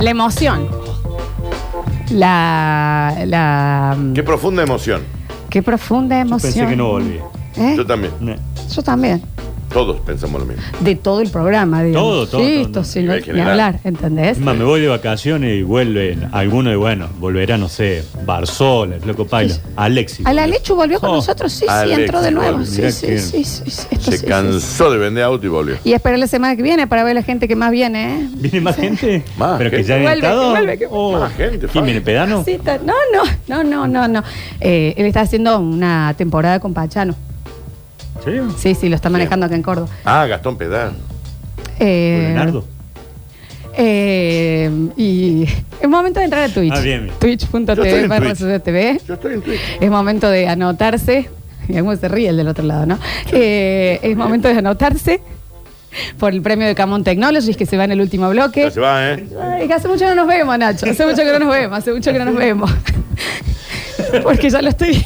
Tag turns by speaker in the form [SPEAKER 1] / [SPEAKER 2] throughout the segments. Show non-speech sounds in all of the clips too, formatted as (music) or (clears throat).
[SPEAKER 1] La emoción. La. la
[SPEAKER 2] Qué profunda emoción.
[SPEAKER 1] qué profunda emoción.
[SPEAKER 3] Pensé que no volvía.
[SPEAKER 1] ¿Eh?
[SPEAKER 2] Yo también.
[SPEAKER 3] No.
[SPEAKER 1] Yo también.
[SPEAKER 2] Todos pensamos lo mismo.
[SPEAKER 1] De todo el programa, digamos.
[SPEAKER 3] Todo, todo,
[SPEAKER 1] Sí,
[SPEAKER 3] todo,
[SPEAKER 1] esto
[SPEAKER 3] todo.
[SPEAKER 1] sin
[SPEAKER 2] Nivel
[SPEAKER 1] ni
[SPEAKER 2] general.
[SPEAKER 1] hablar, ¿entendés?
[SPEAKER 3] Es más, me voy de vacaciones y vuelven algunos y bueno, volverá, no sé, Barzola, el Loco Pailo, Alexis.
[SPEAKER 1] A la Lechu volvió con
[SPEAKER 3] Oh,
[SPEAKER 1] nosotros, sí,
[SPEAKER 2] Alex,
[SPEAKER 1] sí, entró de nuevo.
[SPEAKER 2] bueno,
[SPEAKER 1] Sí,
[SPEAKER 3] mirá
[SPEAKER 1] sí,
[SPEAKER 3] que
[SPEAKER 1] sí, sí, sí, esto sí,
[SPEAKER 2] Se
[SPEAKER 1] sí, sí.
[SPEAKER 2] cansó de vender auto y volvió.
[SPEAKER 1] Y esperar la semana que viene para ver la gente que más viene, ¿eh?
[SPEAKER 3] ¿Viene más gente?
[SPEAKER 2] Más
[SPEAKER 3] ¿Pero que
[SPEAKER 2] gente.
[SPEAKER 3] ya han
[SPEAKER 1] Vuelve, que
[SPEAKER 3] estado?
[SPEAKER 1] vuelve, que-
[SPEAKER 3] Oh,
[SPEAKER 2] Más gente,
[SPEAKER 3] ¿Quién
[SPEAKER 2] Fabi.
[SPEAKER 3] viene, Pedano?
[SPEAKER 1] Sí, está- No, no, no, no, no, no. Eh, él está haciendo una temporada con Pachano.
[SPEAKER 3] ¿Sí?
[SPEAKER 1] Sí, sí, lo está manejando acá en Córdoba.
[SPEAKER 2] Ah, Gastón Pedal.
[SPEAKER 1] Eh,
[SPEAKER 3] ¿Leonardo?
[SPEAKER 1] eh, y es momento de entrar a Twitch.
[SPEAKER 3] Ah, bien, bien.
[SPEAKER 2] Yo estoy
[SPEAKER 1] Twitch.tv
[SPEAKER 2] en
[SPEAKER 1] barra
[SPEAKER 2] Twitch.
[SPEAKER 1] Sociedad TV.
[SPEAKER 2] Yo estoy en Twitch.
[SPEAKER 1] Es momento de anotarse. Y algunos se ríe el del otro lado, ¿no? Eh, es momento de anotarse por el premio de Camon Technologies que se va en el último bloque.
[SPEAKER 2] Ya se va, ¿eh?
[SPEAKER 1] Ay, que hace mucho no nos vemos, Nacho. Hace mucho que no nos vemos, hace mucho que no nos vemos. Porque ya lo estoy.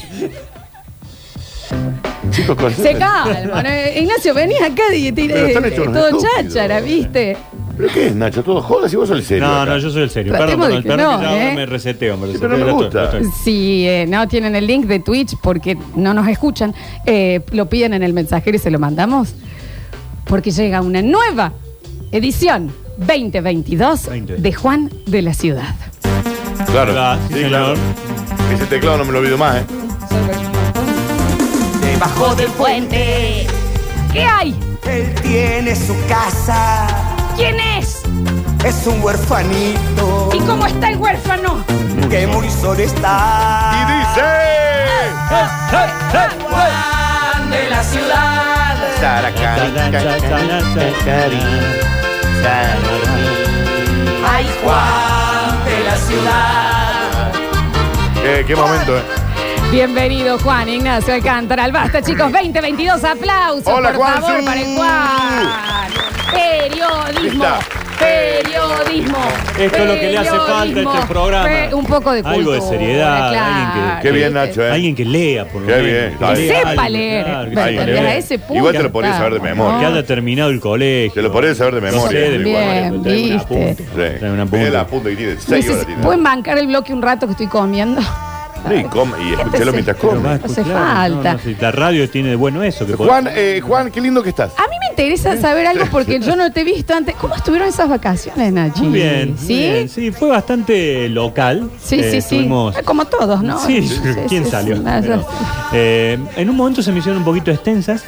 [SPEAKER 2] Chicos, con...
[SPEAKER 1] Se calma. ¿no? Eh, Ignacio, venís acá y te-
[SPEAKER 2] Pero están
[SPEAKER 1] eh,
[SPEAKER 2] hechos unos
[SPEAKER 1] todo
[SPEAKER 2] estúpidos.
[SPEAKER 1] cháchara, ¿viste?
[SPEAKER 2] ¿Pero qué es, Nacho? ¿Todo jodas y vos sos el serio?
[SPEAKER 3] No,
[SPEAKER 2] acá.
[SPEAKER 3] no, yo soy el serio. Perdón,
[SPEAKER 1] Tratemos de
[SPEAKER 3] perdón,
[SPEAKER 1] que
[SPEAKER 3] perdón,
[SPEAKER 1] no,
[SPEAKER 3] que ya ahora
[SPEAKER 1] ¿eh?
[SPEAKER 3] me reseteo. Me
[SPEAKER 2] Sí,
[SPEAKER 3] reseteo
[SPEAKER 2] pero no me
[SPEAKER 3] ya estoy-
[SPEAKER 2] gusta.
[SPEAKER 3] ya estoy.
[SPEAKER 1] Si eh, no tienen el link de Twitch porque no nos escuchan, eh, lo piden en el mensajero y se lo mandamos. Porque llega una nueva edición 2022
[SPEAKER 3] 20.
[SPEAKER 1] de Juan de la Ciudad.
[SPEAKER 2] Claro.
[SPEAKER 3] Ah, sí,
[SPEAKER 2] sí, claro.
[SPEAKER 3] señor.
[SPEAKER 2] Ese teclado no me lo olvido más, ¿eh?
[SPEAKER 4] Debajo del puente,
[SPEAKER 1] ¿Qué hay?
[SPEAKER 4] él tiene su casa.
[SPEAKER 1] ¿Quién es?
[SPEAKER 4] Es un huerfanito
[SPEAKER 1] ¿Y cómo está el huérfano?
[SPEAKER 4] que muy solo
[SPEAKER 1] Ah.
[SPEAKER 2] Y
[SPEAKER 4] está.
[SPEAKER 2] dice.
[SPEAKER 4] Juan de la ciudad. Ay, Juan de la ciudad.
[SPEAKER 2] Qué, qué momento, ¿eh?
[SPEAKER 1] Bienvenido Juan Ignacio Alcántara al Basta chicos 2022 aplausos
[SPEAKER 2] Hola,
[SPEAKER 1] por favor
[SPEAKER 2] Juanzu.
[SPEAKER 1] para el Juan periodismo
[SPEAKER 2] Está.
[SPEAKER 1] periodismo
[SPEAKER 3] Esto es lo que le hace falta a este
[SPEAKER 1] periodismo.
[SPEAKER 3] programa.
[SPEAKER 1] Fe- un poco de
[SPEAKER 3] Algo de
[SPEAKER 1] cultura,
[SPEAKER 3] seriedad,
[SPEAKER 1] claro.
[SPEAKER 3] alguien que-
[SPEAKER 2] Qué bien,
[SPEAKER 1] ¿Viste?
[SPEAKER 2] Nacho, ¿eh?
[SPEAKER 3] Alguien que lea, por lo
[SPEAKER 2] Qué
[SPEAKER 3] menos.
[SPEAKER 2] bien, está
[SPEAKER 1] que
[SPEAKER 2] bien.
[SPEAKER 3] lea
[SPEAKER 1] sepa
[SPEAKER 3] algo,
[SPEAKER 1] leer
[SPEAKER 3] claro, que
[SPEAKER 1] ¿me
[SPEAKER 3] sepa
[SPEAKER 2] Alguien que
[SPEAKER 1] entendés?
[SPEAKER 2] lea.
[SPEAKER 1] a
[SPEAKER 3] leer.
[SPEAKER 1] ese punto
[SPEAKER 2] Igual te lo podías saber de
[SPEAKER 1] estamos.
[SPEAKER 2] memoria.
[SPEAKER 3] Que haya terminado el colegio.
[SPEAKER 2] Te lo podés saber de memoria.
[SPEAKER 3] No sé, de
[SPEAKER 1] Bien,
[SPEAKER 3] memoria, trae una
[SPEAKER 1] viste.
[SPEAKER 3] punta,
[SPEAKER 2] Sí.
[SPEAKER 3] trae una
[SPEAKER 2] Tiene la
[SPEAKER 3] punta.
[SPEAKER 2] punta que tiene
[SPEAKER 1] Me
[SPEAKER 2] 6
[SPEAKER 1] dices,
[SPEAKER 2] horas. tiene.
[SPEAKER 1] ¿Pueden bancar el bloque un rato que estoy comiendo?
[SPEAKER 2] Sí, come, y
[SPEAKER 1] Este
[SPEAKER 2] escúchelo mientras
[SPEAKER 3] Pero va a
[SPEAKER 2] come.
[SPEAKER 1] hace
[SPEAKER 3] escuchar,
[SPEAKER 1] falta.
[SPEAKER 3] no, no, si la radio tiene de bueno eso. Que podés-
[SPEAKER 2] Juan, eh, Juan, qué lindo que estás.
[SPEAKER 1] A mí me interesa saber algo porque yo no te he visto antes. ¿Cómo estuvieron esas vacaciones, Nachi?
[SPEAKER 3] Muy bien. muy
[SPEAKER 1] ¿Sí?
[SPEAKER 3] bien. Sí, fue bastante local.
[SPEAKER 1] Sí,
[SPEAKER 3] Eh,
[SPEAKER 1] sí, sí.
[SPEAKER 3] Fuimos.
[SPEAKER 1] Ah, Como todos, ¿no?
[SPEAKER 3] Sí, (laughs) ¿quién
[SPEAKER 1] sí,
[SPEAKER 3] salió?
[SPEAKER 1] sí, nada,
[SPEAKER 3] Pero, eh, en un momento se me hicieron un poquito extensas.
[SPEAKER 1] Eh,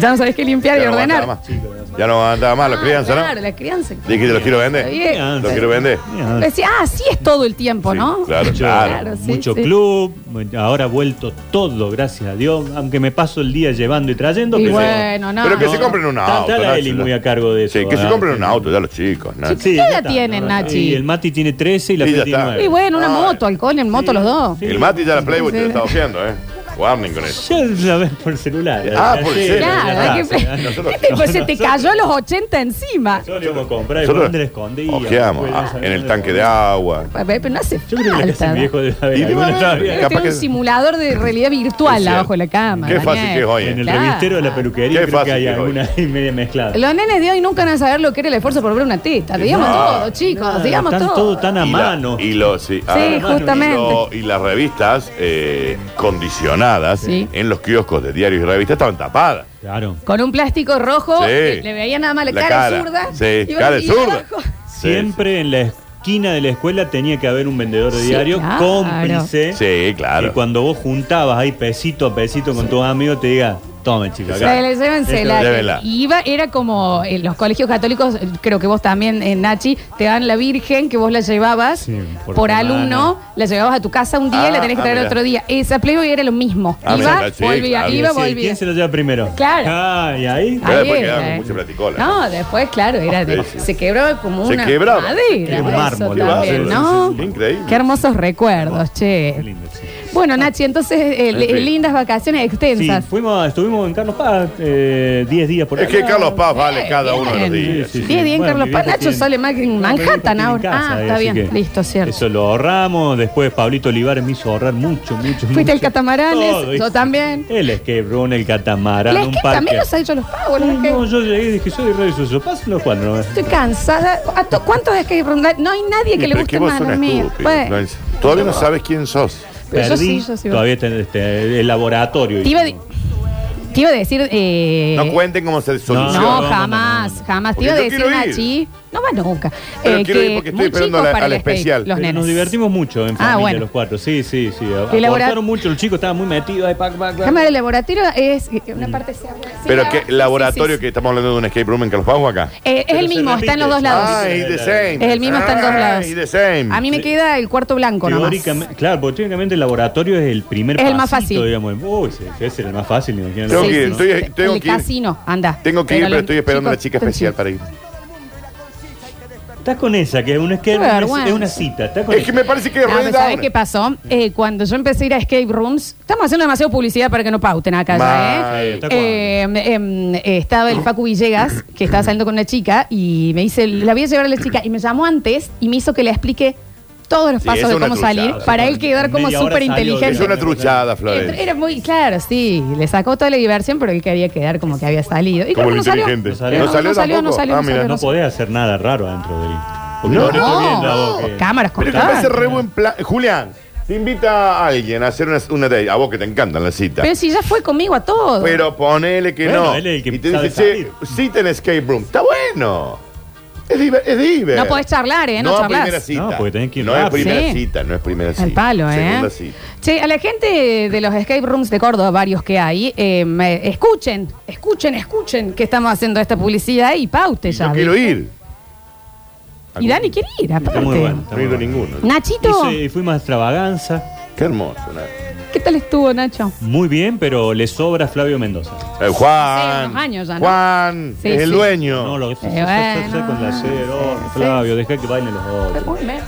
[SPEAKER 1] Ya no sabés qué limpiar y
[SPEAKER 2] no aguantaba
[SPEAKER 1] ordenar.
[SPEAKER 2] más. Ya no aguantaba más, los crianza,
[SPEAKER 1] Claro,
[SPEAKER 2] ¿no?
[SPEAKER 1] la crianza.
[SPEAKER 2] Dije, los quiero vender.
[SPEAKER 1] Bien.
[SPEAKER 2] Los quiero vender.
[SPEAKER 3] Mira,
[SPEAKER 1] Decía, ah, sí es todo el tiempo,
[SPEAKER 2] Sí,
[SPEAKER 1] ¿no?
[SPEAKER 2] claro,
[SPEAKER 3] Mucho,
[SPEAKER 2] claro.
[SPEAKER 1] Claro, sí,
[SPEAKER 3] mucho
[SPEAKER 1] sí.
[SPEAKER 3] club, ahora ha vuelto todo, gracias a Dios, aunque me paso el día llevando y trayendo.
[SPEAKER 1] Y
[SPEAKER 3] pero-
[SPEAKER 1] bueno, no.
[SPEAKER 2] Pero que se
[SPEAKER 3] No,
[SPEAKER 2] compren un
[SPEAKER 3] está-
[SPEAKER 2] auto.
[SPEAKER 3] está la
[SPEAKER 2] Nacho,
[SPEAKER 3] Eli
[SPEAKER 2] ya.
[SPEAKER 3] muy a cargo de eso, ¿eh?
[SPEAKER 2] Sí, que se
[SPEAKER 3] ¿verdad?
[SPEAKER 2] compren un auto, ya los chicos, Nacho.
[SPEAKER 1] ¿Qué
[SPEAKER 3] ya
[SPEAKER 1] edad
[SPEAKER 3] está,
[SPEAKER 1] tienen,
[SPEAKER 3] no, no,
[SPEAKER 1] Nachi?
[SPEAKER 3] Y el Mati tiene 13 y la
[SPEAKER 2] Sí, ya
[SPEAKER 3] Fe tiene
[SPEAKER 2] está.
[SPEAKER 3] 9.
[SPEAKER 1] Y bueno, una
[SPEAKER 2] Ay.
[SPEAKER 1] moto, alcohol en moto los dos.
[SPEAKER 3] sí.
[SPEAKER 2] El Mati ya la Playboy
[SPEAKER 1] Sí,
[SPEAKER 2] te lo
[SPEAKER 1] sí.
[SPEAKER 2] está haciendo, ¿eh? Warning con eso.
[SPEAKER 3] Ya la ves por celular.
[SPEAKER 2] Ah, por
[SPEAKER 3] Sí,
[SPEAKER 2] celular.
[SPEAKER 3] ya
[SPEAKER 1] Claro,
[SPEAKER 3] está,
[SPEAKER 1] hay que-
[SPEAKER 3] sí, ya no.
[SPEAKER 2] Nosotros-
[SPEAKER 1] Este tipo se te
[SPEAKER 3] nosotros-
[SPEAKER 1] cayó los 80 encima.
[SPEAKER 3] Nosotros lo íbamos a comprar y
[SPEAKER 2] Nosotros
[SPEAKER 3] dónde la escondía.
[SPEAKER 2] ojeamos
[SPEAKER 3] pues,
[SPEAKER 2] ah, en el tanque de agua.
[SPEAKER 1] A ver, Pues, Pero no hace
[SPEAKER 3] Yo creo que la casa
[SPEAKER 1] falta.
[SPEAKER 3] del viejo de
[SPEAKER 2] Y
[SPEAKER 3] la
[SPEAKER 2] bueno, eh,
[SPEAKER 1] Debe
[SPEAKER 2] Capaz
[SPEAKER 1] tener
[SPEAKER 2] que-
[SPEAKER 1] un simulador de realidad virtual
[SPEAKER 2] Es
[SPEAKER 1] abajo de la cama.
[SPEAKER 2] Qué fácil
[SPEAKER 1] Daniel.
[SPEAKER 2] que es hoy, ¿eh?
[SPEAKER 3] En el
[SPEAKER 1] Claro.
[SPEAKER 3] revistero de la peluquería
[SPEAKER 2] Qué
[SPEAKER 3] creo que
[SPEAKER 2] fácil
[SPEAKER 3] hay
[SPEAKER 2] que es hoy.
[SPEAKER 3] alguna y media mezclada.
[SPEAKER 1] Los nenes de hoy nunca van a saber lo que era el esfuerzo por ver una teta. Digamos todo, chicos.
[SPEAKER 3] Claro,
[SPEAKER 1] digamos
[SPEAKER 3] están
[SPEAKER 1] todo.
[SPEAKER 3] todo tan a
[SPEAKER 2] Y la-
[SPEAKER 3] mano.
[SPEAKER 2] Y los, sí, a
[SPEAKER 1] Sí,
[SPEAKER 2] mano.
[SPEAKER 1] justamente.
[SPEAKER 2] Y, lo- y las revistas eh, condicionadas
[SPEAKER 1] Sí.
[SPEAKER 2] en los kioscos de diarios y revistas estaban tapadas.
[SPEAKER 3] Claro.
[SPEAKER 1] Con un plástico rojo,
[SPEAKER 2] Sí.
[SPEAKER 1] le, le veía nada más la, cara, zurda.
[SPEAKER 2] Sí,
[SPEAKER 1] y bueno,
[SPEAKER 2] cara de
[SPEAKER 1] y
[SPEAKER 2] zurda.
[SPEAKER 1] abajo.
[SPEAKER 2] Sí,
[SPEAKER 3] Siempre en la esquina de la escuela tenía que haber un vendedor de
[SPEAKER 1] Sí,
[SPEAKER 3] diario
[SPEAKER 1] claro.
[SPEAKER 3] cómplice.
[SPEAKER 2] Sí,
[SPEAKER 3] Y
[SPEAKER 2] claro.
[SPEAKER 3] cuando vos juntabas ahí pesito a pesito con tus amigos, te diga, tome, chica,
[SPEAKER 1] O sea,
[SPEAKER 3] acá.
[SPEAKER 1] le- llévense
[SPEAKER 3] Eso,
[SPEAKER 1] la-
[SPEAKER 2] llévenla.
[SPEAKER 1] Iba, era como en los colegios católicos, eh, creo que vos también, eh, Nachi, te dan la Virgen que vos la llevabas
[SPEAKER 3] Sí,
[SPEAKER 1] por,
[SPEAKER 3] por
[SPEAKER 1] alumno, la llevabas a tu casa un día y la
[SPEAKER 2] Ah,
[SPEAKER 1] tenés que
[SPEAKER 2] ah,
[SPEAKER 1] traer
[SPEAKER 2] mirá.
[SPEAKER 1] otro día. Esa Playboy era lo mismo.
[SPEAKER 2] Ah,
[SPEAKER 1] iba,
[SPEAKER 2] mirá, sí,
[SPEAKER 1] volvía,
[SPEAKER 2] claro.
[SPEAKER 1] iba,
[SPEAKER 3] Sí,
[SPEAKER 1] volvía.
[SPEAKER 3] ¿Quién se lo lleva primero?
[SPEAKER 1] Claro.
[SPEAKER 3] Ah, y ahí.
[SPEAKER 2] Pero después
[SPEAKER 1] Ahí
[SPEAKER 2] quedaba
[SPEAKER 1] era.
[SPEAKER 2] con mucha platicola.
[SPEAKER 1] No, después, claro, era de-
[SPEAKER 2] Sí, sí.
[SPEAKER 1] se quebró como
[SPEAKER 2] Se
[SPEAKER 1] una
[SPEAKER 2] quebraba.
[SPEAKER 1] madera.
[SPEAKER 3] Qué
[SPEAKER 1] eso
[SPEAKER 3] mármol,
[SPEAKER 1] también,
[SPEAKER 2] qué bárbaro.
[SPEAKER 1] ¿no?
[SPEAKER 2] Sí, sí, sí. Increíble.
[SPEAKER 1] Qué hermosos recuerdos,
[SPEAKER 2] pues.
[SPEAKER 3] Qué
[SPEAKER 1] che.
[SPEAKER 3] lindo, sí.
[SPEAKER 1] Bueno, Nachi, entonces, eh,
[SPEAKER 2] Ah. En
[SPEAKER 1] li-
[SPEAKER 2] fin.
[SPEAKER 1] lindas vacaciones
[SPEAKER 3] Sí,
[SPEAKER 1] extensas.
[SPEAKER 3] fuimos, estuvimos en Carlos Paz eh, 10 días por
[SPEAKER 2] Es que
[SPEAKER 1] Ah.
[SPEAKER 3] acá.
[SPEAKER 2] Carlos Paz vale cada uno de los
[SPEAKER 1] bien.
[SPEAKER 2] días.
[SPEAKER 3] Sí, sí, sí.
[SPEAKER 1] Diez días en
[SPEAKER 3] Bueno,
[SPEAKER 1] Carlos
[SPEAKER 3] mi
[SPEAKER 1] Paz.
[SPEAKER 3] viejo
[SPEAKER 1] Nacho
[SPEAKER 3] tiene-
[SPEAKER 1] sale más que en
[SPEAKER 3] No, mi viejo
[SPEAKER 1] Manhattan
[SPEAKER 3] tiene
[SPEAKER 1] ahora.
[SPEAKER 3] casa,
[SPEAKER 1] ah,
[SPEAKER 3] eh,
[SPEAKER 1] está
[SPEAKER 3] así
[SPEAKER 1] bien,
[SPEAKER 3] que
[SPEAKER 1] listo, cierto.
[SPEAKER 3] Eso lo ahorramos. Después Pablito Olivares me hizo ahorrar mucho, mucho.
[SPEAKER 1] Fuiste
[SPEAKER 3] mucho.
[SPEAKER 1] al Catamaranes,
[SPEAKER 3] Todo,
[SPEAKER 1] yo
[SPEAKER 3] ¿viste?
[SPEAKER 1] también.
[SPEAKER 3] El esquebrón, el catamarán,
[SPEAKER 1] La
[SPEAKER 3] un
[SPEAKER 1] esquina
[SPEAKER 3] parque.
[SPEAKER 1] también los ha hecho los pagos.
[SPEAKER 3] No,
[SPEAKER 1] ¿no?
[SPEAKER 3] no, yo llegué y dije, soy rey suyo. Pasen los cuatro.
[SPEAKER 1] Estoy cansada. ¿A to- ¿Cuántos es que No hay nadie que le
[SPEAKER 2] Pero
[SPEAKER 1] guste
[SPEAKER 2] que vos
[SPEAKER 1] más a
[SPEAKER 2] sos
[SPEAKER 1] los
[SPEAKER 2] una
[SPEAKER 1] míos.
[SPEAKER 2] estúpida,
[SPEAKER 1] Bueno,
[SPEAKER 2] Florencia. Todavía no sabes quién sos.
[SPEAKER 1] pero yo sí,
[SPEAKER 3] Perdí.
[SPEAKER 1] yo sí.
[SPEAKER 3] Todavía está en este, el laboratorio.
[SPEAKER 1] Te iba, a di-
[SPEAKER 3] hicimos.
[SPEAKER 1] te iba a decir. eh,
[SPEAKER 2] No cuenten cómo se soluciona.
[SPEAKER 1] No,
[SPEAKER 3] No, no,
[SPEAKER 1] jamás,
[SPEAKER 3] no, no.
[SPEAKER 1] jamás. Te
[SPEAKER 2] Porque
[SPEAKER 1] iba a
[SPEAKER 2] yo
[SPEAKER 1] decir,
[SPEAKER 2] quiero ir.
[SPEAKER 1] Nachi, no va nunca.
[SPEAKER 2] Pero
[SPEAKER 1] Eh,
[SPEAKER 2] quiero ir
[SPEAKER 1] que
[SPEAKER 2] porque estoy
[SPEAKER 1] muy
[SPEAKER 2] esperando
[SPEAKER 1] chicos
[SPEAKER 2] la-
[SPEAKER 1] para
[SPEAKER 2] al
[SPEAKER 1] el skate,
[SPEAKER 2] especial.
[SPEAKER 1] Los
[SPEAKER 2] Pero
[SPEAKER 1] nenes.
[SPEAKER 3] Nos divertimos mucho en
[SPEAKER 1] Ah,
[SPEAKER 3] familia
[SPEAKER 1] bueno.
[SPEAKER 3] los cuatro. Sí, sí, sí. a-
[SPEAKER 1] Y labora-
[SPEAKER 3] Aportaron mucho. Los chicos estaban muy metidos. Ay, pac, pac, pac.
[SPEAKER 1] Cámara del laboratorio es eh, una parte se abre así,
[SPEAKER 2] Pero
[SPEAKER 1] la
[SPEAKER 2] qué
[SPEAKER 1] otra-
[SPEAKER 2] laboratorio
[SPEAKER 1] sí,
[SPEAKER 2] que estamos hablando de un escape room en Carlos Paz o acá.
[SPEAKER 1] sí, sí. Eh, es
[SPEAKER 3] Pero
[SPEAKER 1] el
[SPEAKER 3] se
[SPEAKER 1] mismo, está en los
[SPEAKER 3] repite.
[SPEAKER 1] dos lados.
[SPEAKER 2] Ah, y the same.
[SPEAKER 1] Es el mismo, está en dos
[SPEAKER 2] Ah,
[SPEAKER 1] lados.
[SPEAKER 2] y the same.
[SPEAKER 1] A mí me queda el cuarto blanco nomás.
[SPEAKER 3] Teóricamente, claro, porque teóricamente el laboratorio es el primer
[SPEAKER 1] Es el más
[SPEAKER 3] pasito,
[SPEAKER 1] fácil.
[SPEAKER 3] digamos. Uy, ese ese era el más fácil, imagínate.
[SPEAKER 2] Tengo
[SPEAKER 1] Sí,
[SPEAKER 2] que ir,
[SPEAKER 1] sí,
[SPEAKER 2] estoy-
[SPEAKER 1] sí.
[SPEAKER 2] tengo
[SPEAKER 1] el
[SPEAKER 2] que ir.
[SPEAKER 1] casino, anda.
[SPEAKER 2] Tengo que ir, pero
[SPEAKER 1] los
[SPEAKER 2] estoy esperando a una chica
[SPEAKER 1] chicos,
[SPEAKER 2] especial para ir.
[SPEAKER 3] Estás con esa, que es una, que
[SPEAKER 1] Qué
[SPEAKER 3] es una-
[SPEAKER 1] vergüenza.
[SPEAKER 3] es una cita. Estás con
[SPEAKER 2] Es
[SPEAKER 3] esa.
[SPEAKER 2] que me parece que es
[SPEAKER 1] No,
[SPEAKER 2] Red
[SPEAKER 1] pero ¿sabes
[SPEAKER 2] Down.
[SPEAKER 1] qué pasó? Eh, cuando yo empecé a ir a escape rooms, estamos haciendo demasiada publicidad para que no pauten acá ya, ¿eh?
[SPEAKER 2] Mal.
[SPEAKER 3] ¿Está
[SPEAKER 1] Eh, em, eh, estaba el Facu Villegas, que
[SPEAKER 2] (clears throat)
[SPEAKER 1] estaba saliendo con una chica, y me dice, la voy a llevar a la chica, y me llamó antes y me hizo que le explique todos los
[SPEAKER 2] Sí,
[SPEAKER 1] pasos
[SPEAKER 2] es
[SPEAKER 1] de
[SPEAKER 2] una
[SPEAKER 1] cómo
[SPEAKER 2] truchada,
[SPEAKER 1] salir,
[SPEAKER 2] o sea,
[SPEAKER 1] para él quedar como
[SPEAKER 3] media hora
[SPEAKER 1] súper
[SPEAKER 2] Es
[SPEAKER 3] salió
[SPEAKER 1] inteligente.
[SPEAKER 3] de-
[SPEAKER 2] una truchada, Florencia.
[SPEAKER 1] Era muy claro, sí, le sacó toda la diversión, pero él quería quedar como que había salido. Y creo
[SPEAKER 2] Como
[SPEAKER 1] que
[SPEAKER 2] el
[SPEAKER 1] no salió.
[SPEAKER 2] inteligente.
[SPEAKER 1] No salió,
[SPEAKER 3] ¿No
[SPEAKER 1] no
[SPEAKER 2] salió
[SPEAKER 1] salió, no
[SPEAKER 2] tampoco?
[SPEAKER 1] salió.
[SPEAKER 2] Ah,
[SPEAKER 1] no
[SPEAKER 2] mira,
[SPEAKER 1] salió,
[SPEAKER 3] No
[SPEAKER 1] no salió.
[SPEAKER 3] podés hacer nada raro adentro de él. Porque
[SPEAKER 2] No,
[SPEAKER 3] ahora estoy viendo
[SPEAKER 1] No,
[SPEAKER 3] a vos que-
[SPEAKER 1] cámaras
[SPEAKER 2] Pero me parece
[SPEAKER 1] cortadas.
[SPEAKER 2] re buen plan. Julián, te invita a alguien a hacer una, una date. A vos que te encantan las citas.
[SPEAKER 1] Pero si ya fue conmigo a todo.
[SPEAKER 2] Pero ponele que
[SPEAKER 3] Bueno,
[SPEAKER 2] no.
[SPEAKER 3] él es el que
[SPEAKER 2] y te
[SPEAKER 3] sabe
[SPEAKER 2] dice, che,
[SPEAKER 3] salir.
[SPEAKER 2] cita en escape room. Está bueno. Es diver. Es diver.
[SPEAKER 1] No podés charlar, ¿eh? No
[SPEAKER 2] no
[SPEAKER 1] charlás.
[SPEAKER 2] es primera cita.
[SPEAKER 3] No, porque tenés que ir
[SPEAKER 2] No es
[SPEAKER 3] rápido.
[SPEAKER 2] primera
[SPEAKER 1] Sí.
[SPEAKER 2] cita, no es primera cita.
[SPEAKER 1] Al palo,
[SPEAKER 2] Segunda
[SPEAKER 1] ¿eh?
[SPEAKER 2] cita.
[SPEAKER 1] Che, a la gente de los escape rooms de Córdoba, varios que hay, eh, me- escuchen, escuchen, escuchen que estamos haciendo esta publicidad y paute
[SPEAKER 2] Y
[SPEAKER 1] ya.
[SPEAKER 2] Yo
[SPEAKER 1] ¿viste?
[SPEAKER 2] quiero ir.
[SPEAKER 1] Y Dani quiere ir, aparte.
[SPEAKER 3] Está muy bueno. está
[SPEAKER 2] No he
[SPEAKER 3] muy
[SPEAKER 2] ido
[SPEAKER 3] bueno.
[SPEAKER 2] ninguno.
[SPEAKER 1] Nachito,
[SPEAKER 3] Hice- fuimos a extravaganza.
[SPEAKER 2] Qué hermoso. ¿no?
[SPEAKER 1] ¿qué tal estuvo, Nacho?
[SPEAKER 3] Muy bien, pero le sobra a Flavio Mendoza.
[SPEAKER 2] Eh, Juan.
[SPEAKER 1] unos años ya, ¿no?
[SPEAKER 2] Juan
[SPEAKER 1] Sí,
[SPEAKER 2] es el
[SPEAKER 1] sí.
[SPEAKER 2] dueño.
[SPEAKER 3] No, lo que
[SPEAKER 1] Eh, bueno,
[SPEAKER 3] con la cero. Oh,
[SPEAKER 1] sí, sí.
[SPEAKER 3] Flavio, deja que bailen los otros.
[SPEAKER 1] Uy, me-